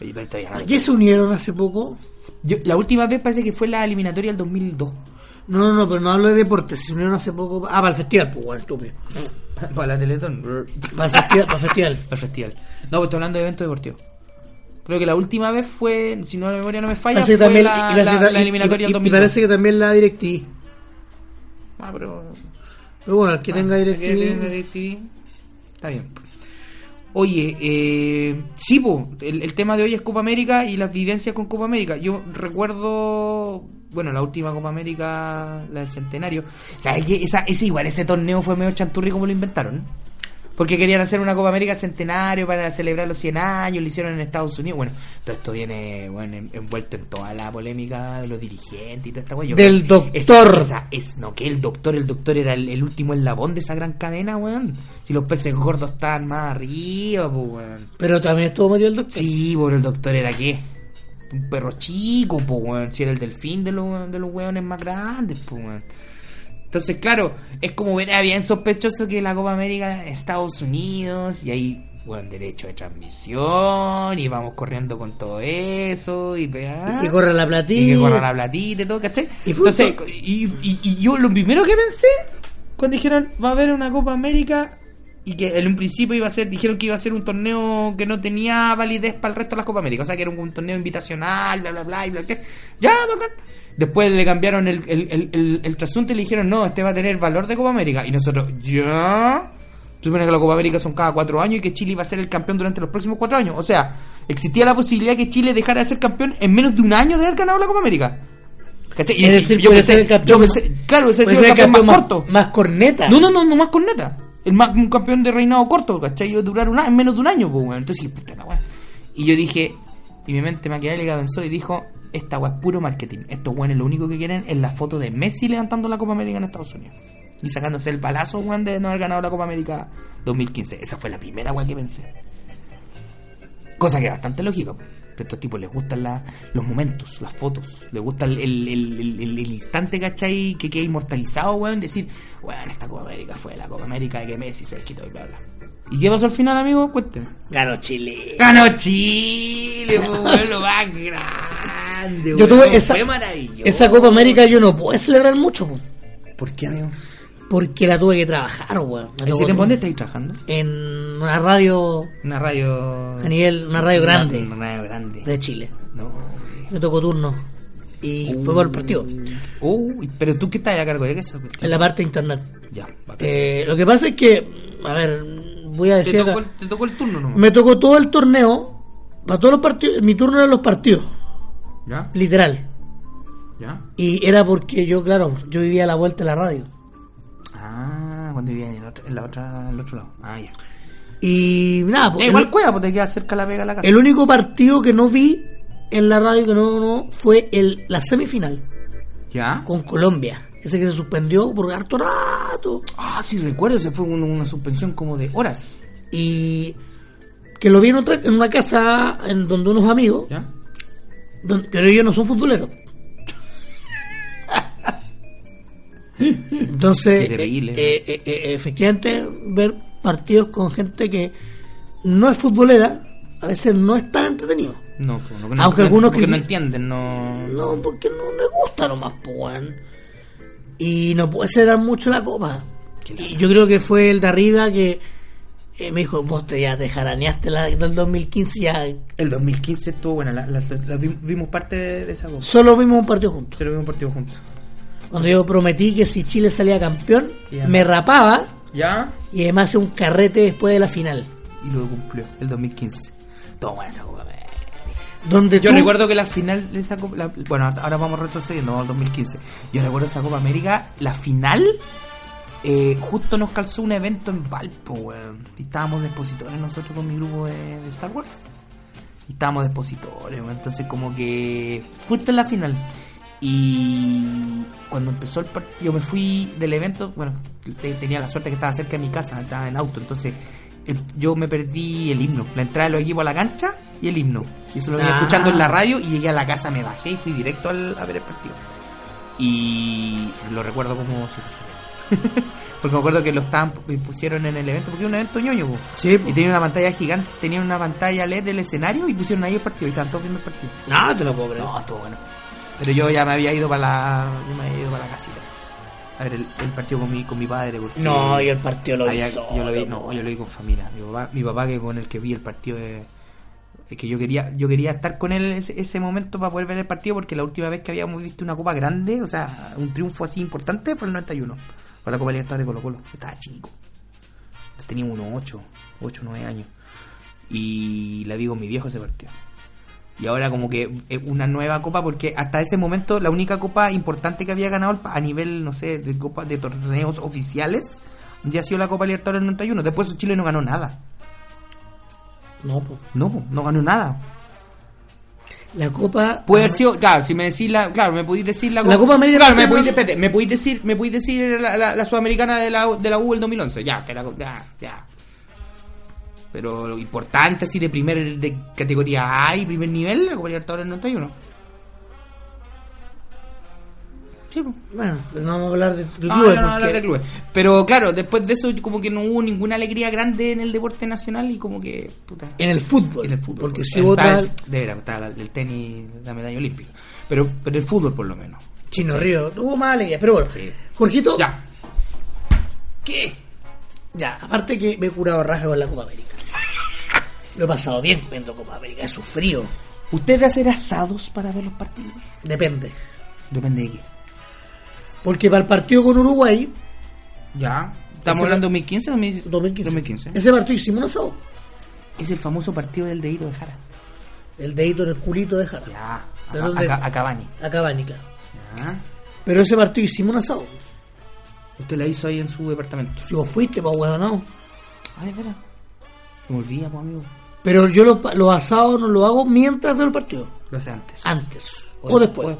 Oye, pero todavía no- ¿A qué se unieron hace poco? Yo- la última vez parece que fue la eliminatoria del 2002. No, no, no, pero no hablo de deportes, se unieron hace poco. Ah, para el festival, pues, bueno, estúpido. [LAUGHS] Para la Teletón. Brr. Para el festival, para [LAUGHS] el festival. Para el festival. No, pues estoy hablando de eventos deportivos. Creo que la última vez fue, si no la memoria no me falla, Parece fue que también- la, y la- la- la y- eliminatoria y- del y 2002. parece que también la DirecTV. Ah, pero Pero bueno, el que tenga Ah, que tenga DirecTV. DirecTV. Está bien. pues. Oye, eh, sí, po, el, el tema de hoy es Copa América y las vivencias con Copa América. Yo recuerdo, bueno, la última Copa América, la del centenario. ¿Sabes qué? Esa, ese igual, ese torneo fue medio chanturri como lo inventaron. Porque querían hacer una Copa América centenario para celebrar los 100 años, lo hicieron en Estados Unidos. Bueno, todo esto viene bueno, en- envuelto en toda la polémica de los dirigentes y toda esta weá. Del doctor. Esa, es, no, que el doctor, el doctor era el, el último eslabón de esa gran cadena, weón. Si los peces gordos estaban más arriba, pues, weón. Pero también estuvo metido el doctor. Sí, por el doctor era qué? Un perro chico, pues, weón. Si era el delfín de los, de los weones más grandes, pues, weón. Entonces, claro, es como era bien sospechoso que la Copa América Estados Unidos y ahí, weón, derecho de transmisión y vamos corriendo con todo eso y, Y pegar que corra la platilla. y que corra la platita y todo, ¿cachai? Y fue Entonces, un- y, y- y yo lo primero que pensé, cuando dijeron va a haber una Copa América y que en un principio iba a ser, dijeron que iba a ser un torneo que no tenía validez para el resto de las Copa América, o sea que era un, un torneo invitacional, bla bla bla, y bla, que- ya bacán. Después le cambiaron el, el, el, el- el trasunto y le dijeron no, este va a tener valor de Copa América. Y nosotros, ya. Se supone que la Copa América son cada cuatro años y que Chile iba a ser el campeón durante los próximos cuatro años. O sea, existía la posibilidad que Chile dejara de ser campeón en menos de un año de haber ganado la Copa América. ¿Cachai? Y Es decir, yo puede pensé- ser el campeón yo pensé- más- claro, ese puede es el ser campeón, el campeón más, más, corto. más corneta. No, no, no, no más corneta. El más, un campeón de reinado corto, ¿cachai? Iba a durar un año- en menos de un año, pues, weón. Entonces dije, puta la weá. Y yo dije, y mi mente maquiavélica pensó y dijo, esta weá es puro marketing. Estos weones lo único que quieren es la foto de Messi levantando la Copa América en Estados Unidos. Y sacándose el balazo, weón, de no haber ganado la Copa América 2015. Esa fue la primera weá que pensé. Cosa que es bastante lógica. po. Que a estos tipos les gustan la- los momentos, las fotos, les gusta el, el- el- el- el- el instante, ¿cachai? Que queda inmortalizado, weón. Decir, weón, esta Copa América fue la Copa América de que Messi se quitó y bla, bla. ¿Y qué pasó al final, amigo? Cuénteme. Ganó Chile. Ganó Chile, po, weón, lo más grande, Yo weón. tuve esa, Fue maravilloso. esa Copa América yo no pude celebrar mucho. po. ¿Por qué, amigo? porque la tuve que trabajar, weón. Me ¿En tocó Siren tu- dónde estáis trabajando? En una radio Una radio. a nivel, una radio grande Una, una radio grande. de Chile. No. Me tocó turno. Y fue por el partido. Uh. Uy, pero tú qué estás a cargo de eso. En la parte de internet. Ya, bacán. Eh, lo que pasa es que, a ver, voy a Te decir. tocó, acá. el, te tocó el turno nomás. Me tocó todo el torneo. Para todos los partidos. Mi turno eran los partidos. ¿Ya? Literal. ¿Ya? Y era porque yo, claro, yo vivía a la vuelta de la radio. Ah, cuando vivía en, el otro, en la otra, el otro lado. Ah, ya. Y nada, pues, Ya, el, igual cueva, porque te queda cerca la pega a la casa. el único partido que no vi en la radio que no, no fue el, la semifinal ¿Ya? con Colombia. Ese que se suspendió por harto rato. Ah, sí, recuerdo, se fue un- una suspensión como de horas. Y que lo vi en, otra, en una casa en donde unos amigos, ¿Ya? don- pero ellos no son futboleros. Entonces, Qué terrible. eh, eh, eh, efectivamente, ver partidos con gente que no es futbolera a veces no es tan entretenido. No, pues, no, Aunque algunos que no criti- entienden, no. No, porque no le gusta nomás, po, weón. Y no puede celebrar mucho la copa. Y yo creo que fue el de arriba que eh, me dijo, vos te ya te jaraneaste la del 2015, ya El 2015 estuvo buena, la, la- la vi- vimos parte de, de esa voz. solo vimos un partido juntos. Se lo vimos partido juntos. Cuando yo prometí que si Chile salía campeón, Ya. me rapaba ¿Ya? y además hacía un carrete después de la final. Y lo cumplió, el 2015. Todo buena esa copa. eh. Donde Yo tú- recuerdo que la final de esa Copa. la- bueno, ahora vamos retrocediendo, vamos al 2015. Yo recuerdo esa Copa América, la final. eh, justo nos calzó un evento en Valpo, weón. Y estábamos de expositores nosotros con mi grupo de, de Star Wars. Y estábamos de expositores, weón. Entonces, como que. Justo en la final. Y cuando empezó el partido, yo me fui del evento. Bueno, te- tenía la suerte que estaba cerca de mi casa, estaba en auto. Entonces, eh, yo me perdí el himno. La entrada de los equipos a la cancha y el himno. Y eso lo venía Ah. escuchando en la radio. Y llegué a la casa, me bajé y fui directo al, a ver el partido. Y lo recuerdo como si fuese ayer. [LAUGHS] Porque me acuerdo que lo estaban pusieron en el evento, porque era un evento ñoño, po. Sí, po. y tenía una pantalla gigante, tenía una pantalla LED del escenario y pusieron ahí el partido, y estaban todos viendo el partido. No, te lo puedo creer. No, estuvo bueno. Pero yo ya me había ido para la. Yo me había ido para la casita. A ver, el, el partido con mi, con mi padre. porque No, y el partido lo vi había- solo, Ah, yo lo vi- No, yo lo vi con familia. Mi papá, mi papá que con el que vi el partido de- es que yo quería, yo quería estar con él ese, ese momento para poder ver el partido porque la última vez que habíamos visto una copa grande, o Ah. sea, un triunfo así importante fue el 91, fue la Copa Libertadores de Colo Colo. Yo estaba chico, tenía unos 8, 8, 9 años y la vi con mi viejo ese partido. Y ahora como que es una nueva copa porque hasta ese momento la única copa importante que había ganado a nivel, no sé, de copa de torneos oficiales ya ha sido la Copa Libertadores del 91. Después Chile no ganó nada. No, po. No, no ganó nada. La copa... ah, Puede haber sido, claro, si me decís la, claro, me podéis decir la La Copa América Claro, me no- podéis, espérate, me podéis decir, me podéis decir la, la- la sudamericana de la, de la U del 2011. Ya, te la, ya, ya. Pero lo importante así de primer de categoría A y primer nivel, la Copa Libertadores del 91. Sí, po. Bueno, pero no vamos a hablar de Ah, de clubes, no, no, porque- hablar de clubes. Pero claro, después de eso como que no hubo ninguna alegría grande en el deporte nacional y como que puta. En el fútbol. en el fútbol. Ah, Porque si Está hubo el- otra... De veras, está la- el tenis, la medalla olímpica. Pero, pero el fútbol, por lo menos. Chino Río, tuvo más alegría, pero bueno. Sí. Jorgito, ya. Ya. aparte que me he curado raja con la Copa América. Lo he pasado bien viendo Copa América, he sufrido. ¿Usted de hacer asados para ver los partidos? Depende. Depende de qué. Porque para el partido con Uruguay, Ya. Ese- ¿Estamos hablando de 2015 o 2016? 2015, 2015. ese partido hicimos un asado. Es el famoso partido del dedito de Jara. El dedito en el culito de Jara. Ya. ¿De Acá, dónde? acá- a Cavani. Acá va, ni claro. Ya. Pero ese partido hicimos un asado. Usted la hizo ahí en su departamento. Si vos fuiste, pa' huevo, no. Ay, espera. Me olvidamos, amigo. Pero yo los, pa- los asados no los hago mientras veo el partido. Lo hace antes. Antes o después.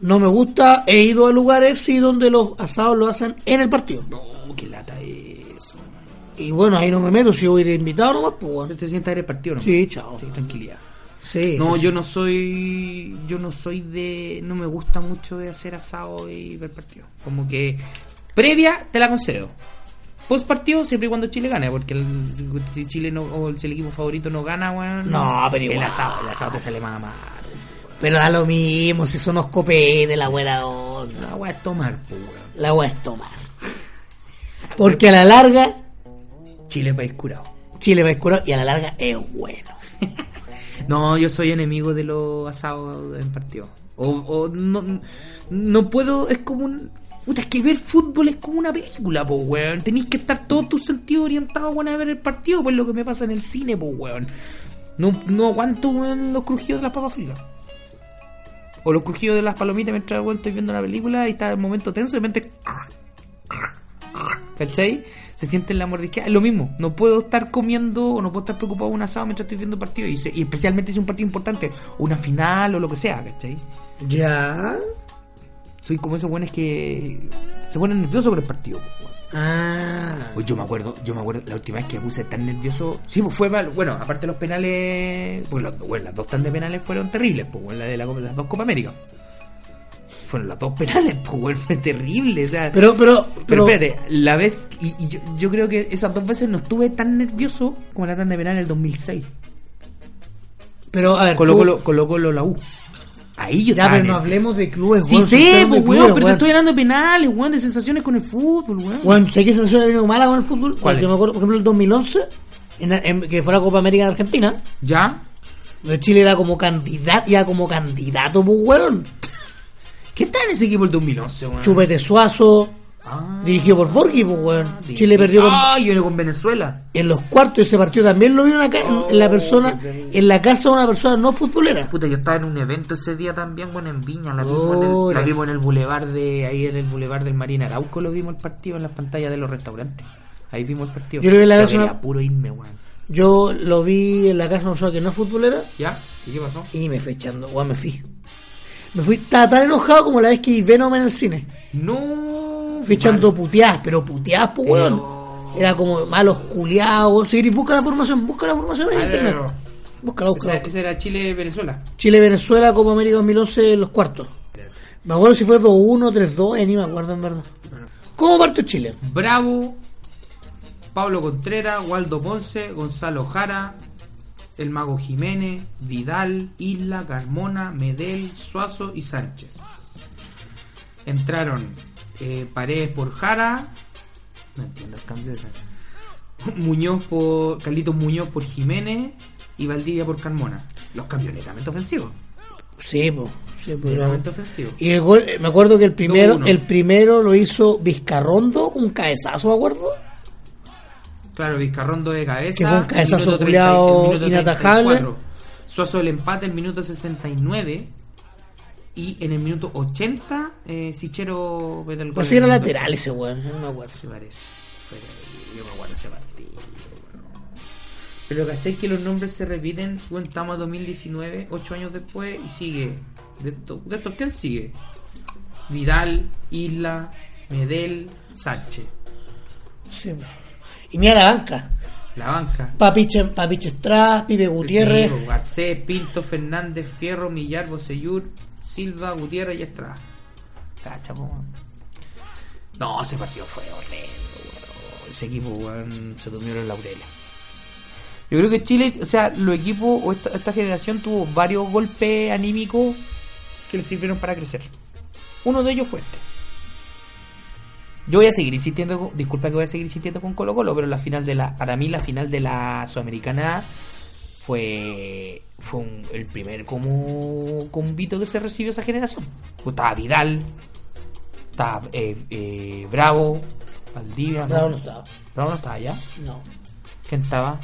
No me gusta, he ido a lugares sí, donde los asados lo hacen en el partido. No, qué lata eso. Y bueno, ahí no me meto, si voy de invitado nomás, pues bueno. ¿Usted se sienta a ver el partido no? Sí, chao. Eh, Sí, tranquilidad. Sí. No, yo no soy. Yo no soy de. No me gusta mucho de hacer asado y ver partido. Como que. Previa, te la concedo. Post partido, siempre y cuando Chile gane. Porque el- si Chile no, o si el equipo favorito no gana, weón. No, pero El igual. asado, el asado te sale más amargo. weón. Pero da lo mismo, si son los copetes, la buena onda. La weá es tomar, pues, weón. La voy a tomar. Porque a la larga, Chile país curado. Chile va oscuro y a la larga es bueno. No, yo soy enemigo de los asados en partido. O, o no, no puedo, es como un... Puta, es que ver fútbol es como una película, po, weón. Tenéis que estar todos tus sentidos orientados, weón, a ver el partido, pues lo que me pasa en el cine, po, weón. No, no aguanto, weón, los crujidos de las papas fritas. O los crujidos de las palomitas mientras, weón, estoy viendo la película y está el momento tenso y de repente... ¡ah! ¿Cachai? Se siente la mordisqueada. Es ah, lo mismo. No puedo estar comiendo o no puedo estar preocupado de un asado mientras estoy viendo partido. Y, se- y especialmente si es un partido importante. O una final o lo que sea, ¿cachai? ¿Ya? Soy como esos buenos que se ponen nerviosos por el partido. po, weón. Ah. Oye, yo me acuerdo, yo me acuerdo, la última vez que me puse tan nervioso, sí, pues fue mal, bueno, aparte de los penales, pues los- bueno, las dos tan de penales fueron terribles, pues bueno, la de la Copa- las dos Copa América. Fueron las dos penales, [LAUGHS] pues bueno, fue terrible, o sea, Pero, pero, pero pero. espérate, la vez, y, y yo, yo creo que esas dos veces no estuve tan nervioso como la tanda de penal en el 2006. pero, a ver. Colo tú- Colo, Colo Colo la U. Ahí yo Ya, estaba pero no nervioso. hablemos de clubes, Sí weón, sé, hablemos pues, de weón, clubes, pero te estoy hablando de penales, weón, de sensaciones con el fútbol, weón. Bueno, sé que esa sensación ha tenido mala con el fútbol. ¿Cuál Porque es? me acuerdo, por ejemplo, el 2011, en- en- que fue la Copa América en Argentina, ¿Ya? donde Chile era como candidato, ya como candidato, pues, weón. Ah. ¿Qué tal ese equipo el 2011, weón? Chupete Suazo, Ah, dirigido por Borghi, pues, weón. Chile perdió con- Ay, yo con Venezuela. en los cuartos de ese partido. También lo vieron acá, en, en la Oh, persona, en la casa de una persona no futbolera. Puta, yo estaba en un evento ese día también, bueno, en Viña. La vimos, en, el, Ahora. la vimos en el bulevar de. Ahí en el bulevar del Marina Arauco lo vimos el partido en las pantallas de los restaurantes. Ahí vimos el partido. Yo creo que la vez quería una- puro irme, weón. Yo lo vi en la casa de una persona que no es futbolera ¿Ya? ¿Y qué pasó? y me fui echando, weón, me fui. Me fui, estaba tan enojado como la vez que vi Venom en el cine. No. Fui echando puteadas, pero puteadas, pues, Pero- weón. Era como malos culiados. Si querés, busca la formación, busca la formación en Ah, internet. pero- Búscala, Ese, búscala. ese era Chile-Venezuela. Chile-Venezuela, Copa América 2011, los cuartos. Me acuerdo si fue 2-1, 3-2, eh, ni me acuerdo en verdad. ¿Cómo partió Chile? Bravo, Pablo Contreras, Waldo Ponce, Gonzalo Jara, el Mago Jiménez, Vidal, Isla, Carmona, Medel, Suazo y Sánchez. Entraron eh, Paredes por Jara, no entiendo el cambio de Jara. Muñoz por Carlitos Muñoz por Jiménez y Valdivia por Carmona. Los cambios netamente ofensivos. Sí, pues. Sí, po, era- Netamente ofensivos. Y el gol, eh, me acuerdo que el primero, 2-1. el primero lo hizo Vizcarrondo, un cabezazo, me acuerdo. Claro, Vizcarrondo de cabeza. Que fue un cabezazo el minuto culiao 30, el minuto inatajable. 34. Suazo el empate el minuto 69. Y en el minuto 80, eh, Sichero mete el gol. Pues sí, era en el minuto lateral ese weón, no me acuerdo. 80, me parece. Pero yo me acuerdo ese partido. bueno. Pero ¿cacháis que los nombres se repiten? Bueno, estamos a 2019, 8 años después, y sigue. ¿De, esto- de estos quién sigue? Vidal, Isla, Medel, Sánchez. Sí, po. y mira la banca. La banca. Papiche, Papiche Estrada, Pipe Gutiérrez. Sí, Garcés, Pinto, Fernández, Fierro, Millar, Bosellur, Silva, Gutiérrez y Estrada. Cacha, po, weón. No, ese partido fue horrible, weón. Ese equipo, weón, se durmió los laureles. Yo creo que Chile, o sea, los equipos o esta, esta generación tuvo varios golpes anímicos que le sirvieron para crecer. Uno de ellos fue este. Yo voy a seguir insistiendo, con- disculpa que voy a seguir insistiendo con Colo Colo, pero la final de la, para mí la final de la Sudamericana fue fue un- el primer como convito que se recibió esa generación. Pues Estaba Vidal, estaba eh, eh, Bravo, Valdivia, Bravo no estaba. Bravo no estaba ya. No. ¿Quién estaba?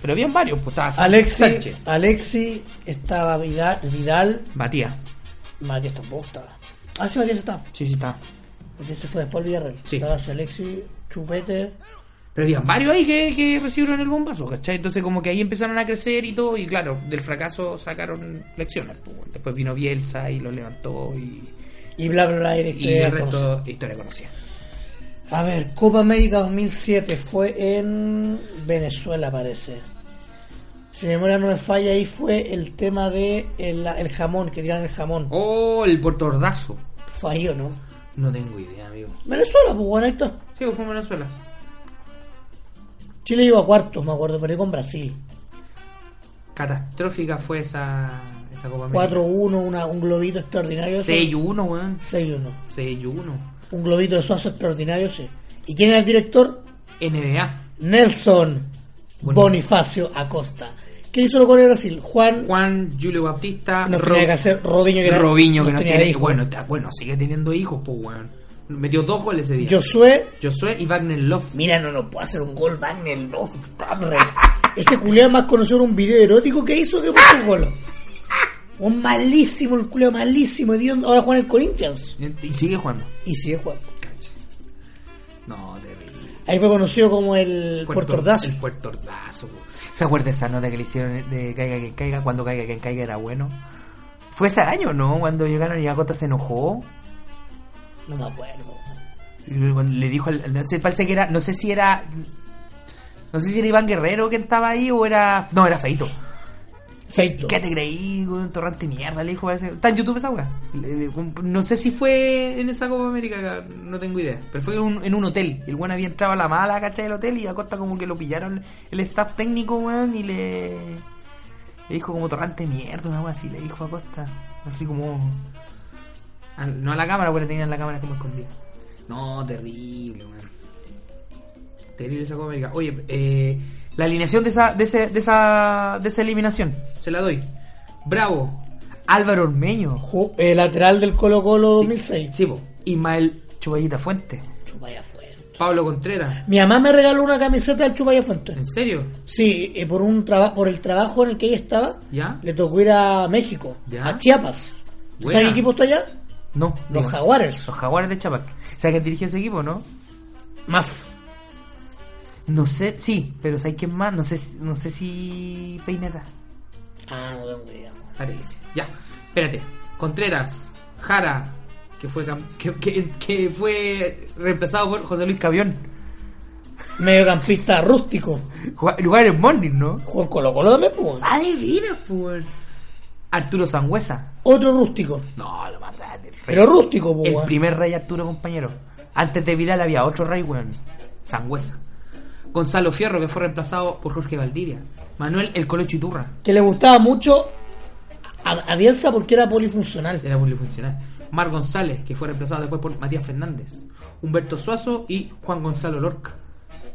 Pero habían varios, pues estaba Sánchez, Alexi, Sánchez, Alexi estaba Vidal, Vidal, Matías. Matías tampoco estaba. Ah, sí, Matías estaba. Sí, sí, estaba. Matías se fue después al Villarreal. Sí. Estaba Alexi, Chupete. Pero habían varios ahí que, que recibieron el bombazo, ¿cachai? Entonces como que ahí empezaron a crecer y todo, y claro, del fracaso sacaron lecciones. pues, bueno. Después vino Bielsa y lo levantó y, Y bla bla bla. Y, y eh, el resto conoce. historia conocida. A ver, Copa América 2007 fue en Venezuela, parece. Si mi memoria no me falla, ahí fue el tema de el, el jamón, que tiran el jamón. Oh, el portordazo. Fue ahí o no. No tengo idea, amigo. Venezuela, pues bueno, ahí está. Sí, fue en Venezuela. Chile llegó a cuartos, me acuerdo, perdió con Brasil. Catastrófica fue esa, la Copa América. 4-1, una- un globito extraordinario. 6-1, weón. 6-1. 6-1. Un globito de suazo extraordinario, sí. ¿Y quién era el director? NBA. Nelson Bonito. Bonifacio Acosta. ¿Quién hizo los goles de Brasil? Juan, Juan Julio Baptista. nos Ro- tenía que hacer Robinho que era- Robinho, que no tenía tiene. hijos. Bueno, ta- bueno, sigue teniendo hijos, pues, weón. Metió dos goles ese día. Josué, Josué y Wagner Love. mira, no nos puede hacer un gol Wagner, no. hombre. Ese culiao es más conocido por un video erótico que hizo que por un gol. Un malísimo, el culiao malísimo. hediondo. Ahora juega en el Corinthians. Y sigue jugando. Y sigue jugando. No, terrible. Ahí fue conocido como el Puerto Ordaz. El Puerto Ordazo, po. ¿Se acuerda esa nota que le hicieron de caiga quien caiga? Cuando caiga quien caiga era bueno. Fue ese año, ¿no? Cuando llegaron y Agota se enojó. No me acuerdo. Y cuando Le dijo al- al- no sé, parece que era, no sé si era. No sé si era Iván Guerrero que estaba ahí o era. No, era Feito. Feito. ¿Qué te creí, un torrante de mierda? Le dijo parece. Está en YouTube esa weá. Le- le- No sé si fue en esa Copa América, no tengo idea. Pero fue en un, en un hotel. El weón había entrado a la mala, ¿cachai? Del hotel y Acosta como que lo pillaron el staff técnico, weón, y le. Le dijo como torrante de mierda, una weá así. Le dijo a Acosta. Así como. a- Ah, no a la cámara, porque tenían la cámara como escondida. No, terrible, weón. Terrible esa Copa América. Oye, eh, La alineación de esa, de, ese- de esa, de esa eliminación. se la doy. Bravo. Álvaro Ormeño, Ju- eh, lateral del Colo Colo 2006. Chivo. Ismael Chuballita Fuente, Chupaya Fuente. Pablo Contreras. Mi mamá me regaló una camiseta del Chupaya Fuente. ¿En serio? Sí, eh, por un traba- por el trabajo en el que ella estaba, ¿Ya? le tocó ir a México, ¿Ya? a Chiapas. Buena. ¿Sabes qué equipo está allá? No, Los diga. Jaguares. Los jaguares de Chapac. ¿Sabes quién dirigió ese equipo, no? Maf. No sé, sí, pero ¿sabes quién más? No sé, si- no sé si Peineta. Ah, no tengo idea. Parece. Ya. Espérate. Contreras. Jara. Que fue, cam- que, que- que fue reemplazado por José Luis Cavión. Mediocampista rústico. Ju- Jugar en Morning, ¿no? Jugó en Colo Colo también, pues. bueno. Adivina, pues. Arturo Sangüesa. Otro rústico. No, lo más grande. el rey. Pero rústico, pues. El bueno. primer rey Arturo, compañero. Antes de Vidal había otro rey, weón. Sangüesa. Gonzalo Fierro, que fue reemplazado por Jorge Valdivia. Manuel El Colocho Iturra. Que le gustaba mucho a, a Bielsa porque era polifuncional. Era polifuncional. Mar González, que fue reemplazado después por Matías Fernández. Humberto Suazo y Juan Gonzalo Lorca.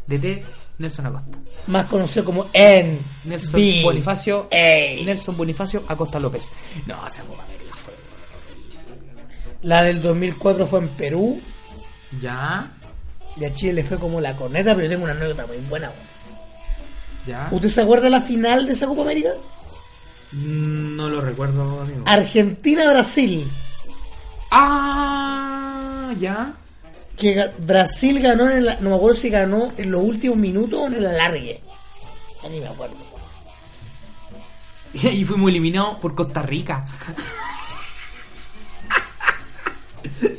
DT Nelson Acosta. Más conocido como N. Nelson B. Bonifacio. A. Nelson Bonifacio Acosta López. No, esa Copa América fue. La del 2004 fue en Perú. Ya, Y a Chile le fue como la corneta, pero yo tengo una anécdota muy buena. bueno. ya. ¿Usted se acuerda la final de esa Copa América? Mm, No lo recuerdo, amigo. Argentina-Brasil. Ah, ya. [LAUGHS] Que ga- Brasil ganó, en la, no me acuerdo si ganó en los últimos minutos o en el alargue. Ya ni me acuerdo. Y fuimos eliminados por Costa Rica. [LAUGHS]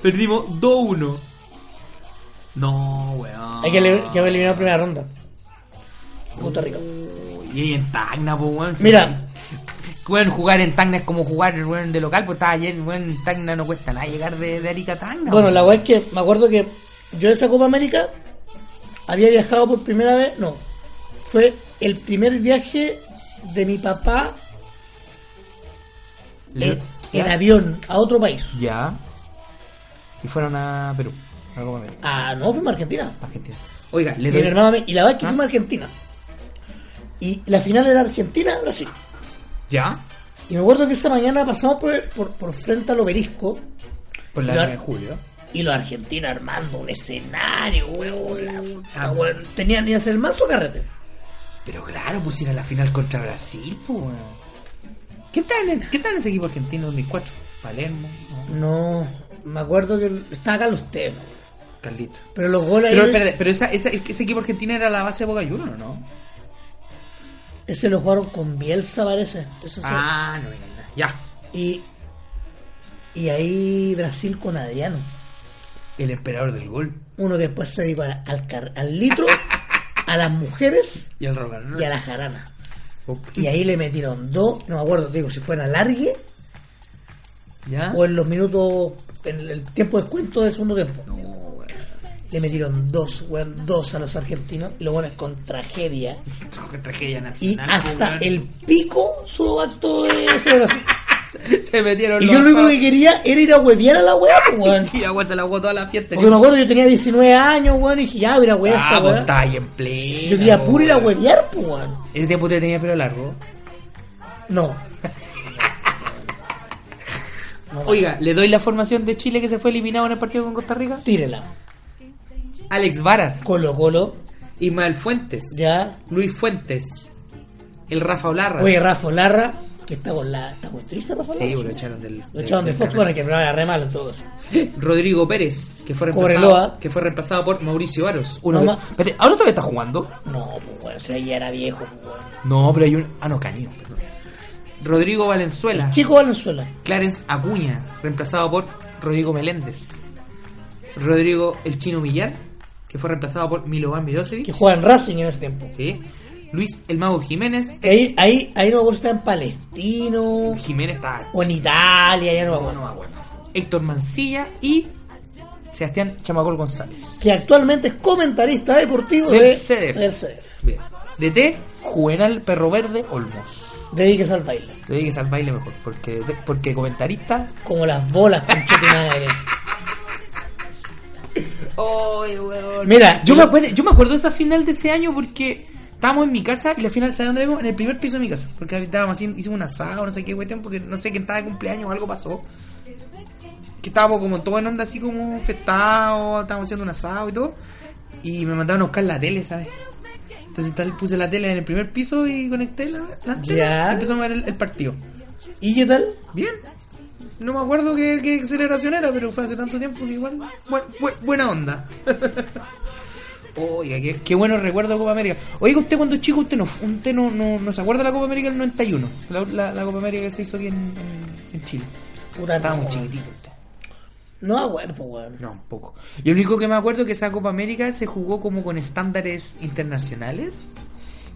Perdimos 2-1. No, weón. Hay que, le, que haber eliminado en primera ronda. Costa Rica. Y ahí en Tacna, pues, weón. Mira, Weón, jugar en Tacna es como jugar weón, de local, pues estaba ayer, weón, en Tacna no cuesta nada llegar de, de Arica a Tacna. bueno, weón. la verdad es que me acuerdo que yo de esa Copa América había viajado por primera vez. No, fue el primer viaje de mi papá Le- en, en avión a otro país. Ya. Y fueron a Perú. a la Copa América. Ah, no, fuimos a Argentina. Argentina. Oiga, le Y, doy. mi hermano me- y la verdad es que fuimos a Argentina. Y la final era Argentina-Brasil. ¿Ya? Y me acuerdo que esa mañana pasamos por, por, por frente al obelisco Por la Yo- nueve de julio. y los argentinos armando un escenario, weón. la puta, weón. Tenían que hacer el manso carrete. Pero claro, pusieron la final contra Brasil, pues. weón. ¿Qué tal, en, ¿Qué tal en ese equipo argentino 2004? Palermo, ¿no? No, me acuerdo que estaba acá los temas. Carlito. Pero los goles Pero, ahí- espérate, pero esa, esa- es que ese equipo argentino era la base de Boca Juniors, ¿no? ese lo jugaron con Bielsa, parece. Eso Pues sí. Ah, no, venga, nada. Ya. Y, y ahí Brasil con Adriano. El emperador del gol. Uno que después se dedicó al, al car- al [LAUGHS] litro, a las mujeres Y el Oh. Rogan. y a la jarana. Y ahí le metieron dos, no me acuerdo, te digo, si fue en alargue ¿Ya? o en los minutos, en el tiempo de descuento del segundo tiempo. No, weón. Le metieron dos, weón, dos a los argentinos. Y lo bueno es con tragedia. Tragedia Y nacional. [LAUGHS] hasta el pico su acto de celebración. Se metieron Y los yo lo único asados. que quería era ir a huevear a la weá, [LAUGHS] pues, weón. Y la weá se la jugó toda la fiesta. Porque me acuerdo yo tenía 19 años, weón, y dije, ya, voy a ir a huevear Ah, esta pues weá. está ahí en plena. Yo quería po, puro ir a weón. huevear, pues, weón. Ese tiempo usted tenía pelo largo. [LAUGHS] No. No, Oiga, le doy la formación de Chile que se fue eliminado en el partido con Costa Rica. Tírela. Alex Varas, Colo, colo. Ismael Fuentes, Ya. Luis Fuentes, el Rafa Olarra. Oye, Rafa Larra, que está con la. Está muy triste, Rafa Larra. Sí, lo echaron del. Lo echaron de del Fox, bueno, canal. que me va a re mal en todo caso. Rodrigo Pérez, que fue Cobreloa. reemplazado, que fue reemplazado por Mauricio Aros. Uno No, de- ma- Espérate, ¿ahora todavía está jugando? No, pues bueno, si ahí era viejo, pues bueno. No, pero hay un. Ah, no, Caño. Rodrigo Valenzuela. Chico Valenzuela. Clarence Acuña, reemplazado por Rodrigo Meléndez. Rodrigo El Chino Millar, que fue reemplazado por Milovan que Milosevic. juega en Racing en ese tiempo. Sí. Luis El Mago Jiménez. eh, Que Ahí, ahí, ahí no me acuerdo si está en Palestino Jiménez está. o en Italia, ya no me No, no acuerdo. me acuerdo. Héctor Mancilla y Sebastián Chamacol González. Que actualmente es comentarista deportivo Del de, CDF. del CDF. Bien. DT, Juvenal Perro Verde Olmos. Dedíquese al baile. Te digas al baile mejor, porque, porque comentarista. Como las [LAUGHS] bolas, conchetumadre. Mira, Yo me, acuerdo, yo me acuerdo de esta final de ese año porque estábamos en mi casa y la final, ¿sabes dónde la vimos? En el primer piso de mi casa. Porque estábamos haciendo, hicimos un asado, no sé qué cuestión, porque no sé quién estaba de cumpleaños o algo pasó. Que estábamos como todo en onda así como festados, estábamos haciendo un asado y todo. Y me mandaron a buscar la tele, ¿sabes? Entonces tal, puse la tele en el primer piso y conecté la, la antena Ya. y empezamos a ver el, el partido. ¿Y qué tal? Bien. No me acuerdo qué, qué celebración era, pero fue hace tanto tiempo que igual. bu- bu- buena onda. [LAUGHS] Oiga, qué, qué buenos recuerdos de Copa América. Oiga, usted cuando chico, usted no, usted no, no, no se acuerda de la Copa América del 91. La, la- la Copa América que se hizo aquí en, en- en Chile. Puta, Estaba muy no, chiquitito usted. No me acuerdo, weón. No, un poco. Yo lo único que me acuerdo es que esa Copa América se jugó como con estándares internacionales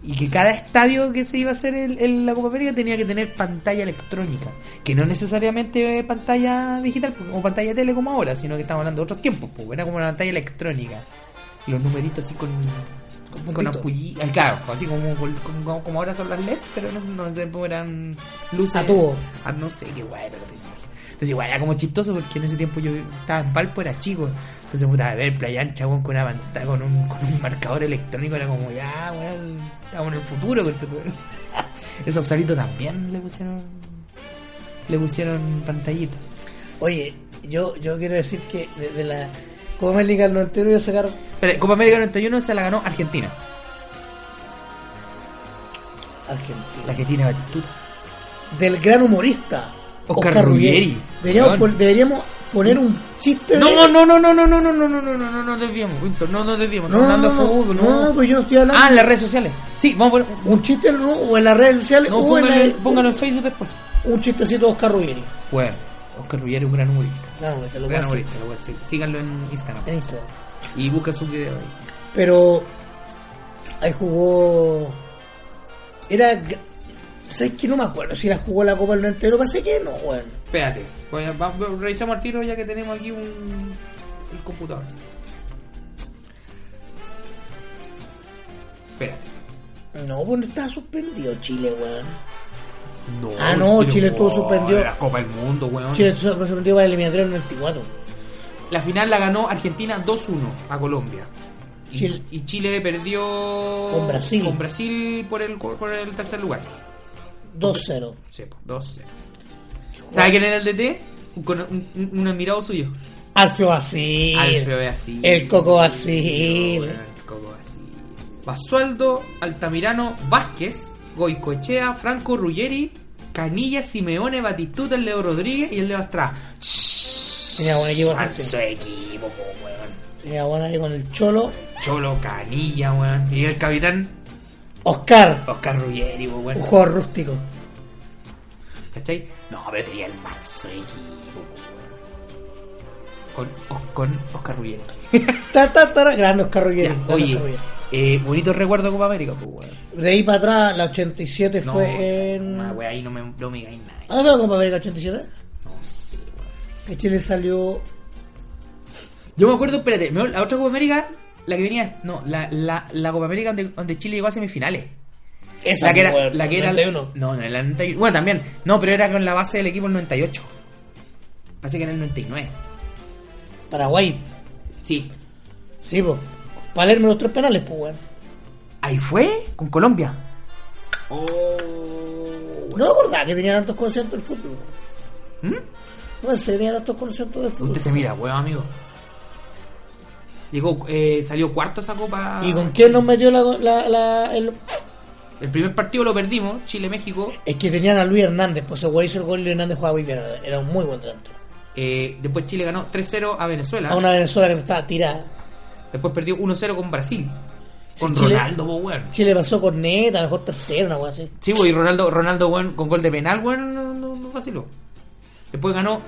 y que cada estadio que se iba a hacer en, en la Copa América tenía que tener pantalla electrónica, que no necesariamente eh, pantalla digital pues, o pantalla tele como ahora, sino que estamos hablando de otros tiempos, pues era como una pantalla electrónica. Los numeritos así con Con con, puntito. ampulli- ah, claro, así como, con- con- como, como ahora son las LEDs, pero no, no sé, pues, eran luces A tubo. Ah, no sé qué guay era lo que tenía. Entonces igual era como chistoso porque en ese tiempo yo estaba en Palpo, era chico. Entonces puta, a ver playa ancha weón, con una pantalla, con un, con un marcador electrónico era como ya, weón, estamos en el futuro con esto, weón. [LAUGHS] Ese obsalito también le pusieron le pusieron pantallita. Oye, yo, yo quiero decir que de, de la Copa América del 91 yo sacar. Pero Copa América 91 se la ganó Argentina. La Argentina. que tiene actitud. Del gran humorista. Oscar Ruggeri. Deberíamos, Weón. pon- deberíamos poner un chiste de- No, no, no, no, no, no, no, no, no, no, no, no, no desviemos, Víctor, no nos desviemos. No, estamos hablando no, no, de no, fútbol, no, no, no. pues yo no estoy hablando. Ah, en las redes sociales. Sí, vamos a poner. Un chiste no, o en las redes sociales No, o en la- póngalo, póngalo en Facebook después. un chistecito de Oscar Ruggeri. Bueno, Oscar Ruggeri es un gran humorista. Claro, te lo voy a Gran hacer humorista, lo voy a decir. Síganlo en Instagram. en Instagram. Y busca sus videos ahí. Pero ahí jugó. Era. g- ¿Sabes que No me acuerdo si era jugó la Copa del entero, parece que no, weón. Espérate, voy a- va- va- revisamos el tiro ya que tenemos aquí un el computador. Espérate. No, bueno, estaba suspendido Chile, weón. No, Ah, no, pero Chile estuvo oh, suspendido. La Copa del Mundo, weón. Chile estuvo suspendido para el eliminatorio del 94. La final la ganó Argentina 2-1 a Colombia. Y y Chile. Chile, perdió Con Brasil. con Brasil por el, por el tercer lugar. 2-0. Sí, po, 2-0. ¿Sabe quién era el DT? Un, cono- un, un- un admirado suyo. Alfio Basil. Alfeo Basil. El Coco Basil. Bueno, el Coco Basil. Basualdo, Altamirano, Vázquez, Goicoechea, Franco Ruggeri, Canilla, Simeone, Batistuta, el Leo Rodríguez y el Leo Estrada. Tenía buen equipo. Su Argentina. equipo, po, weón. Tenía buena ahí con el Cholo. Cholo Canilla, weón. Y el capitán Oscar. Oscar Ruggeri, po, Un weón. jugador rústico. ¿Cachai? No, pero tenía el manso equipo, po, weón. Con, o- con Oscar Ruggeri. Ta, ta, ta, grande Oscar Ruggeri. Ya, grande oye, Oscar Ruggeri. eh, bonito recuerdo de Copa América, pues, weón. De ahí para atrás, la 87 No, fue en. una wea ahí no me, no me digáis nada. ¿A dónde fue la Copa América 87? No sé, weón. Que Chile salió. Yo me acuerdo, espérate, me- la otra Copa América, la que venía, no, la, la, la Copa América donde, donde Chile llegó a semifinales. Esa La que era. fue La que el era 91. No, no, la 91. Bueno, también. No, pero era con la base del equipo el 98. Parece que era el 99. Paraguay. Sí. Sí, pues. Palermo los tres penales, pues, weón. Ahí fue con Colombia. Oh, No me acordaba que tenía tantos conocimientos del fútbol, weón. ¿Mm? No sé, tenía tantos conocimientos del fútbol. Usted se mira, huevo, amigo. Llegó, eh, salió cuarto esa copa. ¿Y con quién nos metió la, la, la- el- El primer partido lo perdimos, Chile-México. Es que tenían a Luis Hernández, pues el güey hizo el gol y Luis Hernández jugaba muy bien. Era un muy buen delantero. Eh, después Chile ganó 3-0 a Venezuela. A una Venezuela que estaba tirada. Después perdió 1-0 con Brasil. Con Chile- Ronaldo, po, weón. Chile pasó con neta, mejor tercero, una weá así. Sí, po, y Ronaldo, Ronaldo weón, con gol de penal, weón, no, no, no vaciló. Después ganó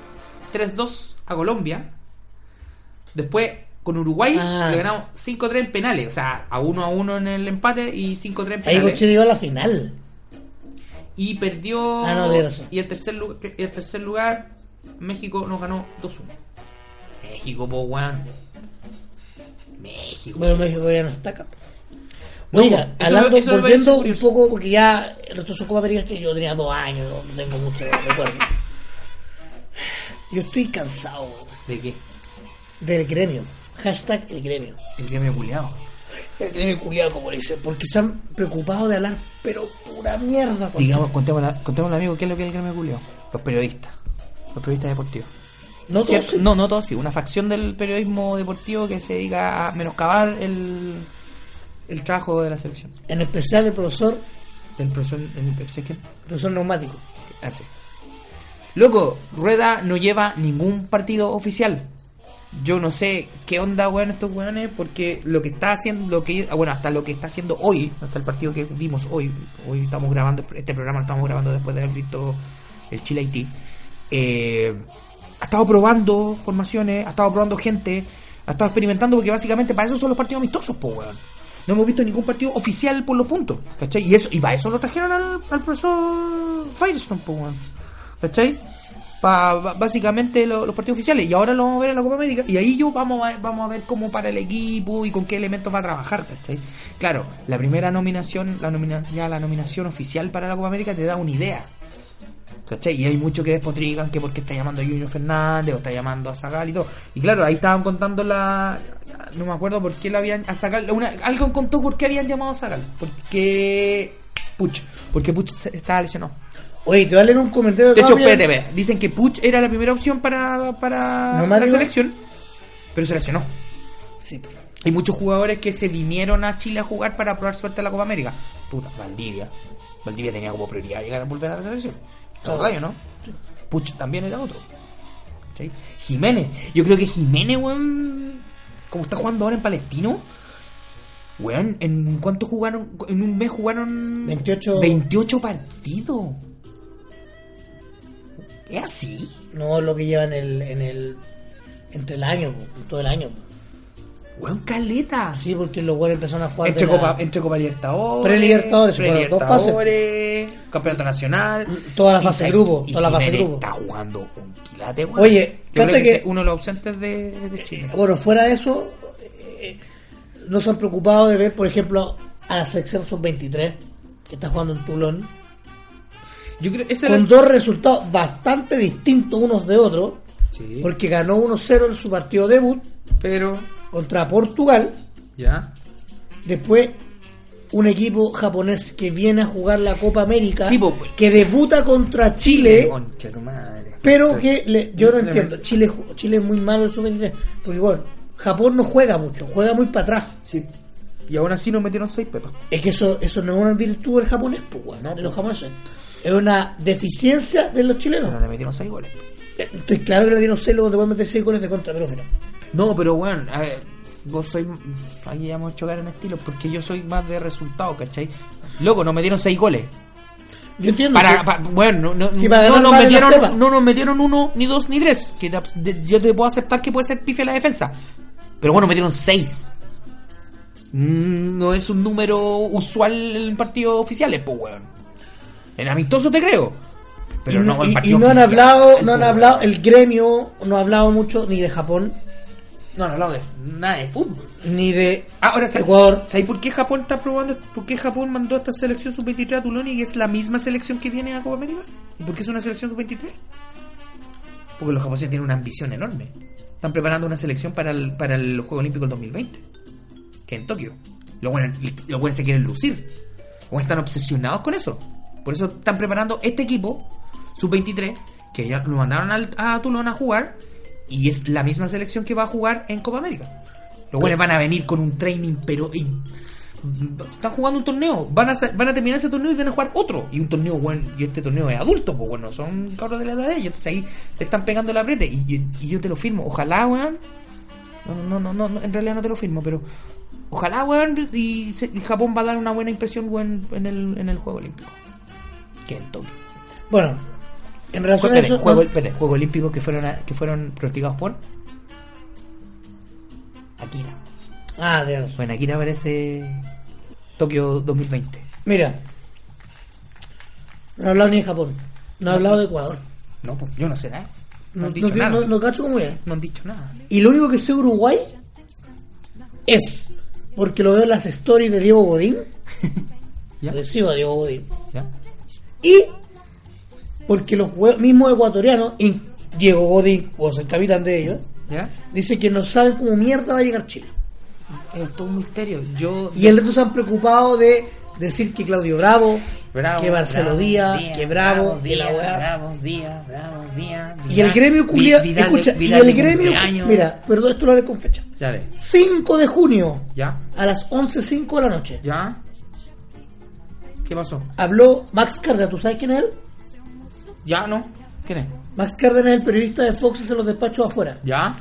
3-2 a Colombia. Después con Uruguay Ah. le ganamos 5-3 en penales. O sea, a 1-1 en el empate y 5-3 en Ahí con penales. Chile llegó a la final. y perdió. Ah, no, tiene razón. y el tercer, lu- el tercer lugar, México nos ganó 2-1. México, po, weón. México. Bueno, México ya no está acá. No, Oiga, eso hablando, me- eso me parece volviendo un curioso. poco, porque ya nuestro Copa América es que yo tenía dos años, no tengo mucho recuerdo. Yo estoy cansado ¿De qué? del gremio. Hashtag el gremio. El que me culiado. El gremio culiado, como le dicen, porque se han preocupado de hablar, pero pura mierda. weón. Digamos, contémosle a- contémosle, amigo qué es lo que es el gremio culiao. Los periodistas. Los periodistas deportivos. no Cier- todos se- No, no todos, sí. Una facción del periodismo deportivo que se dedica a menoscabar el, el trabajo de la selección. En especial el profesor, Del profesor. del- ¿sí es que? profesor neumático. Ah, sí. Loco, Rueda no lleva ningún partido oficial. Yo no sé qué onda, weón, estos weones, porque lo que está haciendo, lo que ah, bueno, hasta lo que está haciendo hoy, hasta el partido que vimos hoy, hoy estamos grabando, este programa lo estamos grabando después de haber visto el Chile Haití. Eh, ha estado probando formaciones, ha estado probando gente, ha estado experimentando, porque básicamente para eso son los partidos amistosos, po, weón. No hemos visto ningún partido oficial por los puntos, ¿cachai? Y, eso, y para eso lo trajeron al, al profesor Firestone, po, weón. ¿cachai? Pa- ba- básicamente lo- los partidos oficiales. Y ahora lo vamos a ver en la Copa América. Y ahí yo vamos a, vamos a ver cómo para el equipo y con qué elementos va a trabajar, ¿cachai? Claro, la primera nominación, la nomina- ya la nominación oficial para la Copa América te da una idea. ¿Cachai? Y hay muchos que despotrican que porque está llamando a Junior Fernández o está llamando a Zagal y todo. Y claro, ahí estaban contando la. No me acuerdo por qué la habían. A Zagal. Una, alguien contó por qué habían llamado a Zagal. Porque. Puch. Porque Puch se- estaba lesionado. Oye, te voy a leer un comentario De hecho, Gabriel. espérate, espérate. Dicen que Puch era la primera opción para, para ¿No, la Mario? selección, pero se lesionó. Sí, pues. Hay muchos jugadores que se vinieron a Chile a jugar para probar suerte en la Copa América. Puta, Valdivia. Valdivia tenía como prioridad llegar a volver a la selección. Todo rayo, ¿no? Puch también era otro. ¿Sí? Jiménez. Yo creo que Jiménez, weón. Como está jugando ahora en Palestino. Weón, ¿en cuánto jugaron? En un mes jugaron. 28. 28 partidos. ¿Es así? No lo que llevan en el, en el entre el año, po, todo el año. po. Weón, caleta. Sí, porque los güeyes empezaron a jugar de Entre la- Copa, entre Copa Libertadores, Prelibertadores, se fueron dos fases. Prelibertadores, Campeonato Nacional. Toda la Y fase Sa- de grupo, y toda la fase de Jiménez grupo. Está jugando un quilate, weón. Oye, yo creo canta que, que- es uno de los ausentes de, de Chile. Bueno, fuera de eso, eh, no se han preocupado de ver, por ejemplo, a la selección sub-23 que está jugando en Toulon Yo creo esa con es- dos resultados bastante distintos unos de otros, Sí. porque ganó 1-0 en su partido debut pero contra Portugal, ya. después un equipo japonés que viene a jugar la Copa América, Sí, po, pues. que debuta contra Chile. Concha tu madre. Eh, Pero que le- yo no Lamento. entiendo. Chile, ju- Chile es muy malo en su 23. Porque bueno, Japón no juega mucho, juega muy para atrás. Sí. Y aún así nos metieron seis pepas. Es que eso, eso no es una virtud del japonés, pues, weón, No, de pues. los japoneses. Es una deficiencia de los Pero chilenos. Eh, le metieron seis goles. Estoy claro que le dieron celo cuando pueden meter 6 goles de contra, pero bueno. No, pero bueno, a ver, vos soy. Aquí ya vamos a chocar en estilo porque yo soy más de resultado, ¿cachai? Loco, nos metieron seis goles. Yo entiendo. Para, que- pa- bueno, no, no- Sí, para no ganar nos vale la pepa. metieron, no nos metieron uno, ni dos, ni tres. Que te- de- yo te puedo aceptar que puede ser pife la defensa. Pero bueno, metieron seis. Mm, No es un número usual en partidos oficiales, pues, weón. En amistoso te creo. Pero y, no en y- y partidos no han oficiales, hablado, no han pues, hablado, el gremio no ha hablado mucho ni de Japón, No han hablado de nada de fútbol. Ni de Ah, Ahora ¿sabes- Ecuador. ¿Sabes por qué Japón está probando? ¿Por qué Japón mandó esta selección sub-23 a Tulón y es la misma selección que viene a Copa América? ¿Y por qué es una selección sub-23? Porque los japoneses tienen una ambición enorme. Están preparando una selección para el, para el Juego Olímpico del 2020, que en Tokio. Los buenos los buenos se quieren lucir. O están obsesionados con eso. Por eso están preparando este equipo, sub-23, que ya lo mandaron al- a Tulón a jugar. Y es la misma selección que va a jugar en Copa América. Los güeyes van a venir con un training, pero. y- están jugando un torneo. Van a, sa- van a terminar ese torneo y van a jugar otro. Y un torneo, bueno, y este torneo es adulto, pues bueno, son cabros de la edad de ellos. Entonces ahí te están pegando la brete. Y, y- y yo te lo firmo. Ojalá, weón. No, no, no, no, no, en realidad no te lo firmo, pero. Ojalá, weón. Y, se- y Japón va a dar una buena impresión, weón, en el, en el Juego Olímpico. Que en Tokio. Bueno, en relación a Espérate, eso. juego, no- espérate, Juego Olímpico que fueron, a- que fueron practicados por. Akira. Ah, de razón. Bueno, aquí te aparece Tokio 2020. Mira. No he hablado ni de Japón. No he hablado de Ecuador. No, pues yo no sé nada. No, No, han dicho no- nada. no- no cacho cómo era. No han dicho nada. Y lo único que sé de Uruguay es porque lo veo en las stories de Diego Godín. ¿Ya? Porque sigo a Diego Godín. ¿Ya? Y porque los hue- mismos ecuatorianos, y Diego Godín, o sea, el capitán de ellos, ¿Ya? dice que no saben cómo mierda va a llegar Chile. Es todo un misterio. Yo. Y el resto se han preocupado de decir que Claudio Bravo, Bravo, que Marcelo Bravo, Díaz, Díaz, que Bravo, Bravo, que la Díaz, weá. Bravo, Díaz, Bravo, Díaz, Y el Vidal- gremio Vi- culia, Vidal de- escucha, Vidal y de el gremio, cumpleaños. mira, perdón, esto lo haré con fecha. Ya ve. 5 de junio, ¿Ya? a las 11.05 de la noche, ¿Ya? ¿Qué pasó? habló Max Cárdenas, ¿tú sabes quién es él? ¿Ya? ¿No? ¿Quién es? Max Cárdenas es el periodista de Fox en los despachos afuera. ¿Ya?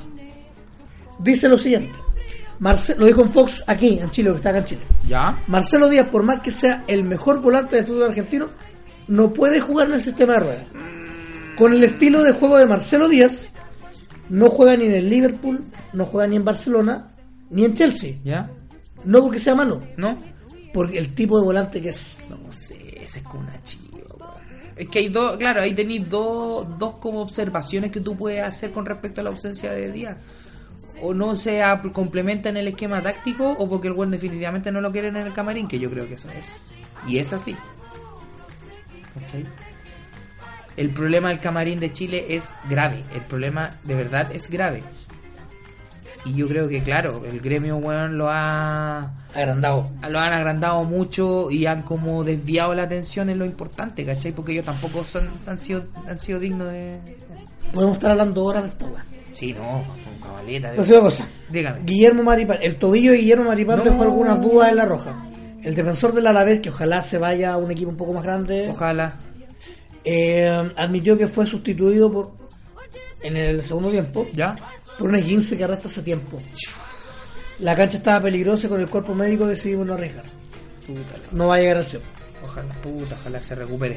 Dice lo siguiente, Marce- lo dijo en Fox aquí, en Chile, porque está acá en Chile. ¿Ya? Marcelo Díaz, por más que sea el mejor volante del fútbol argentino, no puede jugar en el sistema de ruedas. Con el estilo de juego de Marcelo Díaz, no juega ni en el Liverpool, no juega ni en Barcelona, ni en Chelsea. ¿Ya? No porque sea malo, ¿No? porque el tipo de volante que es. No sé, ese es como una chiva, weón. Es que hay dos, claro, ahí tenéis dos, dos como observaciones que tú puedes hacer con respecto a la ausencia de Díaz. O no se ap- complementa en el esquema táctico, o porque el buen definitivamente no lo quiere en el camarín, que yo creo que eso es. Y es así. ¿Cachai? El problema del camarín de Chile es grave. El problema de verdad es grave. Y yo creo que, claro, el gremio, weón, lo ha Agrandado. lo han agrandado mucho y han como desviado la atención en lo importante, ¿cachai? Porque ellos tampoco son, han sido han sido dignos de... Podemos estar hablando horas de esta weá. Sí, no, con cabaleta. de- Pero sé una cosa. Dígame. Guillermo Maripán, el tobillo de Guillermo Maripán No. dejó algunas dudas en la roja. El defensor del Alavés, que ojalá se vaya a un equipo un poco más grande. Ojalá. Eh, admitió que fue sustituido por en el segundo tiempo ¿Ya? por una 15 que arrastra hace tiempo. La cancha estaba peligrosa y con el cuerpo médico decidimos no arriesgar. Puta, la- No va a llegar a ser. ojalá, puta, ojalá se recupere.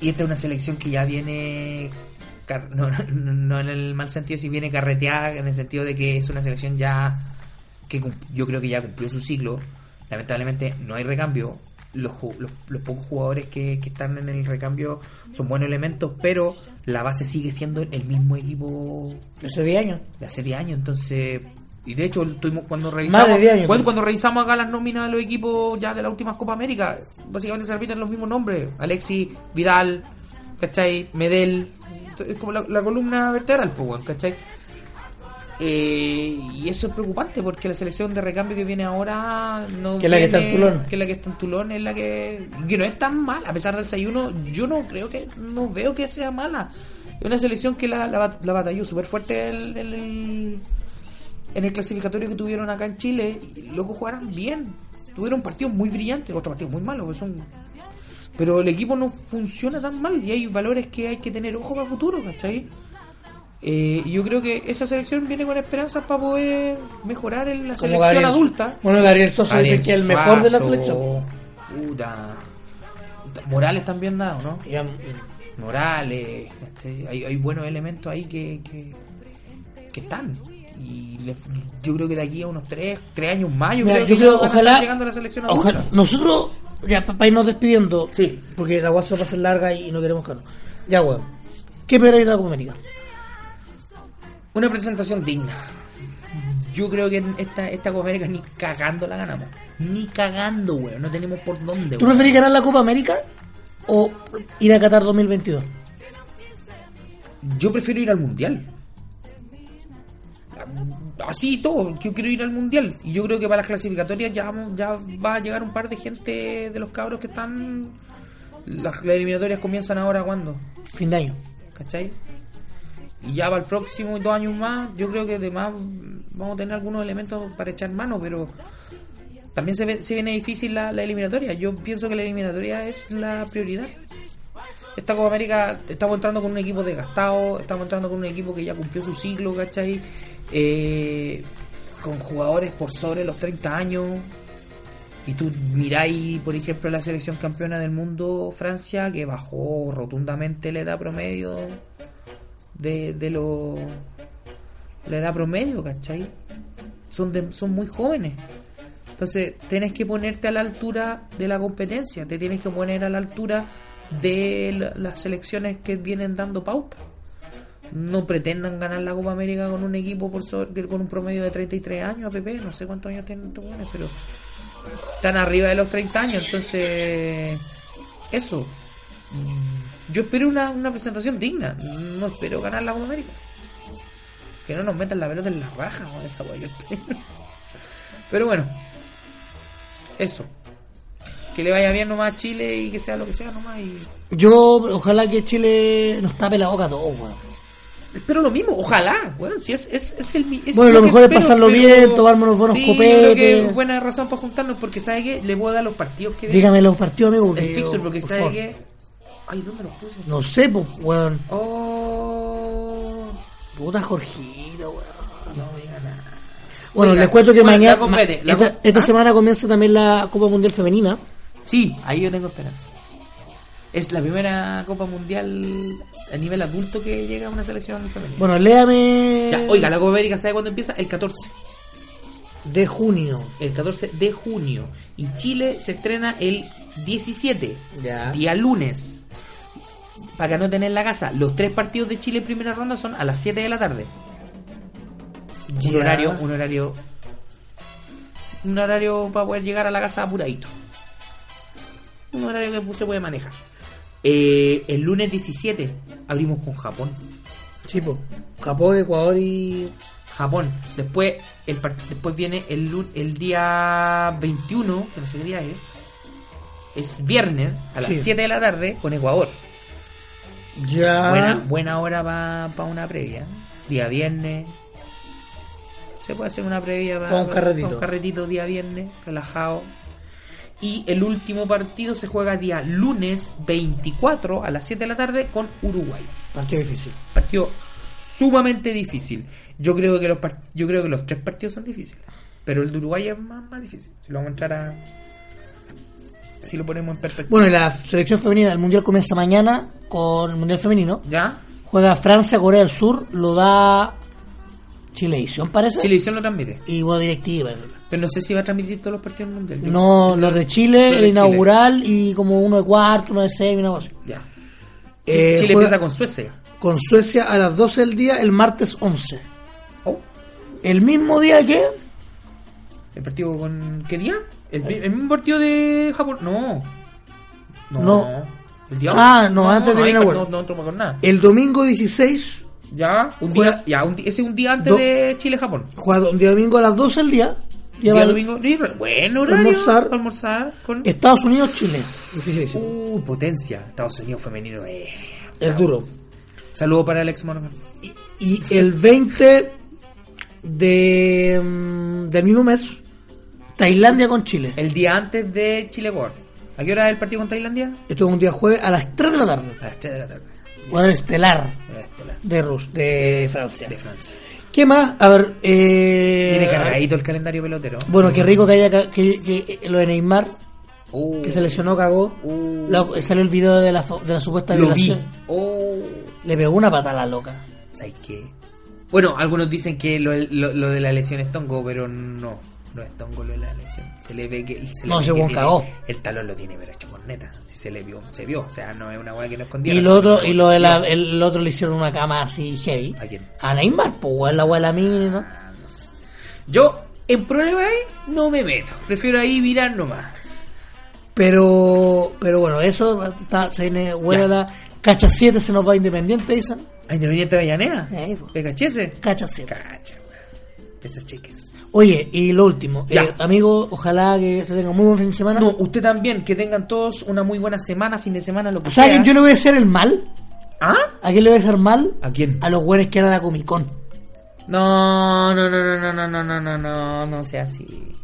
Y esta es una selección que ya viene... car- No, no- no en el mal sentido, si viene carreteada, en el sentido de que es una selección ya... que cum- yo creo que ya cumplió su ciclo. Lamentablemente no hay recambio. Los, ju- los- los pocos jugadores que, que están en el recambio son buenos elementos, pero la base sigue siendo el mismo equipo Hace 10 años. de hace 10 años. Entonces, y de hecho, tuvimos cuando Más revisamos, de 10 años. cuando, cuando revisamos acá las nóminas de los equipos ya de la última Copa América, básicamente se repiten los mismos nombres: Alexis, Vidal, ¿cachai? Medel. Es como la, la columna vertebral, pues, weón, ¿cachai? Eh, y eso es preocupante porque la selección de recambio que viene ahora no Que es la que está en viene- Tulón. que es la que está en Tulón es la que, que no es tan mala a pesar del 6-1 yo no creo que no veo que sea mala es una selección que la, la, bat- la batalló súper fuerte el- el- el- en el clasificatorio que tuvieron acá en Chile y luego jugaron bien tuvieron partidos muy brillantes otros partidos muy malos pues son pero el equipo no funciona tan mal y hay valores que hay que tener ojo para el futuro, ¿cachai? Eh, y yo creo que esa selección viene con esperanzas para poder mejorar en la selección adulta. Bueno, Gabriel Sosa dice Ariel que es el mejor de la Suazo, selección. puta. Morales también dado, ¿no? Y, um, Morales, ¿cachai? hay, hay buenos elementos ahí que, que, que están. Y le- yo creo que de aquí a unos tres, tres años más, yo mira, creo yo que creo, ya van a estar ojalá, llegando a la selección adulta. ojalá. Nosotros, ya para irnos despidiendo, Sí. porque la guasa va a ser larga y no queremos que Ya, weón. ¿Qué peor hay de la Copa América? Una presentación digna. Yo creo que en esta, esta Copa América ni cagando la ganamos. Ni cagando, weón. No tenemos por dónde, ¿Tú weón. preferís ganar la Copa América o ir a Qatar 2022? Yo prefiero ir al mundial. Así y todo, yo quiero ir al mundial. Y yo creo que para las clasificatorias ya, vamos- ya va a llegar un par de gente de los cabros que están. Las, las eliminatorias comienzan ahora, ¿cuándo? Fin de año. ¿Cachai? Y ya para el próximo dos años más, yo creo que además vamos a tener algunos elementos para echar mano, pero también se, ve- se viene difícil la, la eliminatoria. Yo pienso que la eliminatoria es la prioridad. Esta Copa América estamos entrando con un equipo desgastado, estamos entrando con un equipo que ya cumplió su ciclo, ¿cachai? Eh, con jugadores por sobre los 30 años. Y tú miráis, por ejemplo, la selección campeona del mundo, Francia, que bajó rotundamente la edad promedio de, de lo. La edad promedio, ¿cachai? Son, de- son muy jóvenes. Entonces, tenés que ponerte a la altura de la competencia, te tienes que poner a la altura de la- las selecciones que vienen dando pauta. No pretendan ganar la Copa América con un equipo por sobre- con un promedio de 33 años, APP, no sé cuántos años tienen estos jóvenes, pero están arriba de los 30 años, entonces eso. Mm, Yo espero una, una presentación digna, no espero ganar la Copa América. Que no nos metan la pelota en la raja, weón, esa weá, yo espero. [LAUGHS] Pero bueno, eso. Que le vaya bien nomás a Chile y que sea lo que sea nomás y Yo, ojalá que Chile nos tape la boca a todos, weón. Espero lo mismo, ojalá, bueno, si es, es, es el mi- es Bueno, lo mejor es pasarlo bien, tomarnos tomarnos unos buenos sí, copetes. creo que es buena razón para juntarnos, porque ¿sabe qué? Le voy a dar los partidos que vienen. Dígame los partidos, amigo. El que- fixture, porque por ¿sabe favor. qué? Ay, ¿dónde los puse? No sé, pues, weón. Oh. Puta Jorgito, weón. No diga nada. Bueno, Oiga, les cuento que bueno, mañana. la Copa- ma- la esta Copa- esta ¿Ah? semana comienza también la Copa Mundial Femenina. Sí, ahí yo tengo esperanza. Es la primera Copa Mundial a nivel adulto que llega a una selección femenina. Bueno, léame. Ya, oiga, la Copa América, ¿sabe cuándo empieza? El 14. De junio. El 14 de junio. Y Chile se estrena el 17. Ya. Día lunes. Para no tener la casa. Los tres partidos de Chile en primera ronda son a las 7 de la tarde. Un Ya. horario, un horario. Un horario para poder llegar a la casa apuradito. Un horario que se puede manejar. Eh, el lunes 17 abrimos con Japón. Sí, pues. Japón, Ecuador y. Japón. Después el par- después viene el, lu- el día 21, que no sé qué día es. Es viernes a las Sí. 7 de la tarde con Ecuador. Ya. Buena, buena hora para una previa. Día viernes. Se puede hacer una previa para Pa' un carretito. un carretito día viernes, relajado. Y el último partido se juega día lunes 24 a las 7 de la tarde con Uruguay. Partido difícil. Partido sumamente difícil. Yo creo que los par- yo creo que los tres partidos son difíciles, pero el de Uruguay es más, más difícil. Si lo vamos a entrar a si lo ponemos en perspectiva. Bueno, y la selección femenina, el mundial comienza mañana con el mundial femenino. ¿Ya? Juega Francia, Corea del Sur, lo da Chilevisión, parece. Chilevisión lo transmite. Y bueno, directiva. Pero no sé si va a transmitir todos los partidos mundiales. No, los de Chile, Los de el Chile. inaugural y como uno de cuarto, uno de semi, una cosa. así. Ya. Eh, Chile juega empieza con Suecia. con Suecia a las 12 del día, el martes 11. Oh, El mismo día que. ¿El partido con qué día? ¿El, Eh. mi- el mismo partido de Japón? No. No. No. El día Ah, no, antes no de hay la par- World. Eh, No, no toma con nada. El domingo 16, Ya, un Juega- día, ya un, di- ese es un día antes Do- de Chile-Japón. juega un día domingo a las 12 del día. Día lleva domingo libre. Bueno, horario. Almorzar. Almorzar con... Estados Unidos, Chile. Dificilísimo. Uh, potencia. Estados Unidos femenino. Eh. Es duro. Saludo para Alex Morgan. Y, y el 20 de, mm, del mismo mes, Tailandia con Chile. El día antes de Chile-Ecuador. ¿A qué hora es el partido con Tailandia? Esto es un día jueves a las 3 de la tarde. A las 3 de la tarde. Hora estelar A las 3 de la- de, Rus de Francia. De Francia. ¿Qué más? A ver, eh, Tiene cargadito el calendario pelotero. Bueno, qué rico que haya ca- que, que- lo de Neymar, Uh, que se lesionó, cagó. Uh. La- salió el video de la, fo- de la supuesta Lo vi. violación. Oh. Le pegó una patada a la loca. ¿Sabes qué? Bueno, algunos dicen que lo, lo- lo de la lesión es tongo, pero no. No es tongo lo de la lesión. Se le ve que. Se le No, ve ese que weón tiene- cagó. El talón lo tiene, pero hecho con neta. Si se le vio, se vio. O sea, no es una weá que no escondía. Y lo otro, y lo de la- el otro le hicieron una cama así heavy. ¿A quién? A Neymar, pues weón, la weá de la mina, ¿no? Yo en problemas ahí no me meto. Prefiero ahí mirar nomás. Pero, pero bueno, eso está, se viene buena la. Cacha 7 se nos va a Independiente, dicen. ¿A Independiente Avellaneda? Eh, po. ¿Pegachese? Cacha 7. Cacha, weón. Esas chicas. Oye, y lo último. Ya. eh, amigo, ojalá que usted tenga muy buen fin de semana. No, usted también. Que tengan todos una muy buena semana, fin de semana, lo que ¿Sabes a sea. quién yo le voy a hacer el mal? ¿Ah? ¿A quién le voy a hacer mal? ¿A quién? A los güeyes que eran a Comic Con. No, no, no, no, no, no, no, no, no, no, no sea así.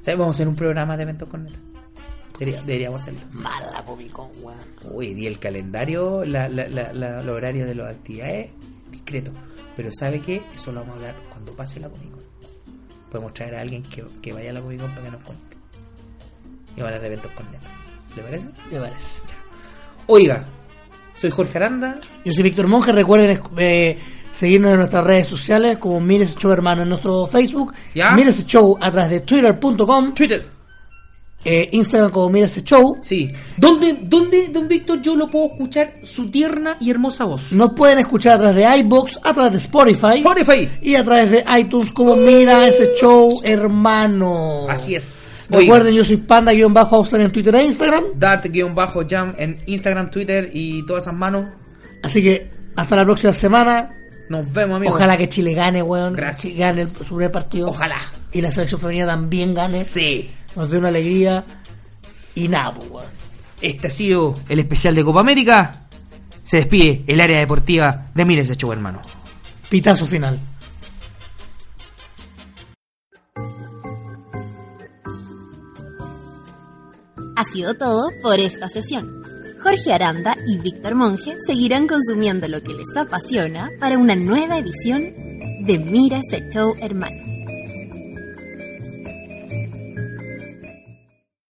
¿Sabes? Vamos a hacer un programa de eventos con él. Debería- deberíamos hacerlo. Mala la Comic Con, weón. Uy, y el calendario, la, la, la, la- los horarios de las actividades, discreto. Pero ¿sabe qué? Eso lo vamos a hablar cuando pase la Comic Con. Podemos traer a alguien que, que vaya a la Comic Con para que nos cuente. Y vamos a hablar de eventos con él. ¿Le parece? Me parece. Oiga, soy Jorge Aranda. Yo soy Víctor Monge. Recuerden eh, seguirnos en nuestras redes sociales como Mires Show Hermano en nuestro Facebook. Ya. Mires Show a través de twitter.com. Twitter. eh, Instagram como Mires Show. Sí. ¿Dónde, dónde, don Víctor, yo lo puedo escuchar su tierna y hermosa voz? Nos pueden escuchar a través de iBox, a través de Spotify. Spotify. Y a través de iTunes como Mira ese show, hermano. Así es. Oiga, Recuerden, yo soy panda-austin en Twitter e Instagram. Dart-jam en Instagram, Twitter y todas esas manos. Así que hasta la próxima semana. Nos vemos, amigos. Ojalá que Chile gane, weón. Gracias. Que gane el, su primer partido. Ojalá. Y la selección femenina también gane. Sí. Nos dé una alegría. Y nada, pues, weón. Este ha sido el especial de Copa América. Se despide el área deportiva de Mires de Show, hermano. Pitazo final. Ha sido todo por esta sesión. Jorge Aranda y Víctor Monge seguirán consumiendo lo que les apasiona para una nueva edición de Mira ese show hermano.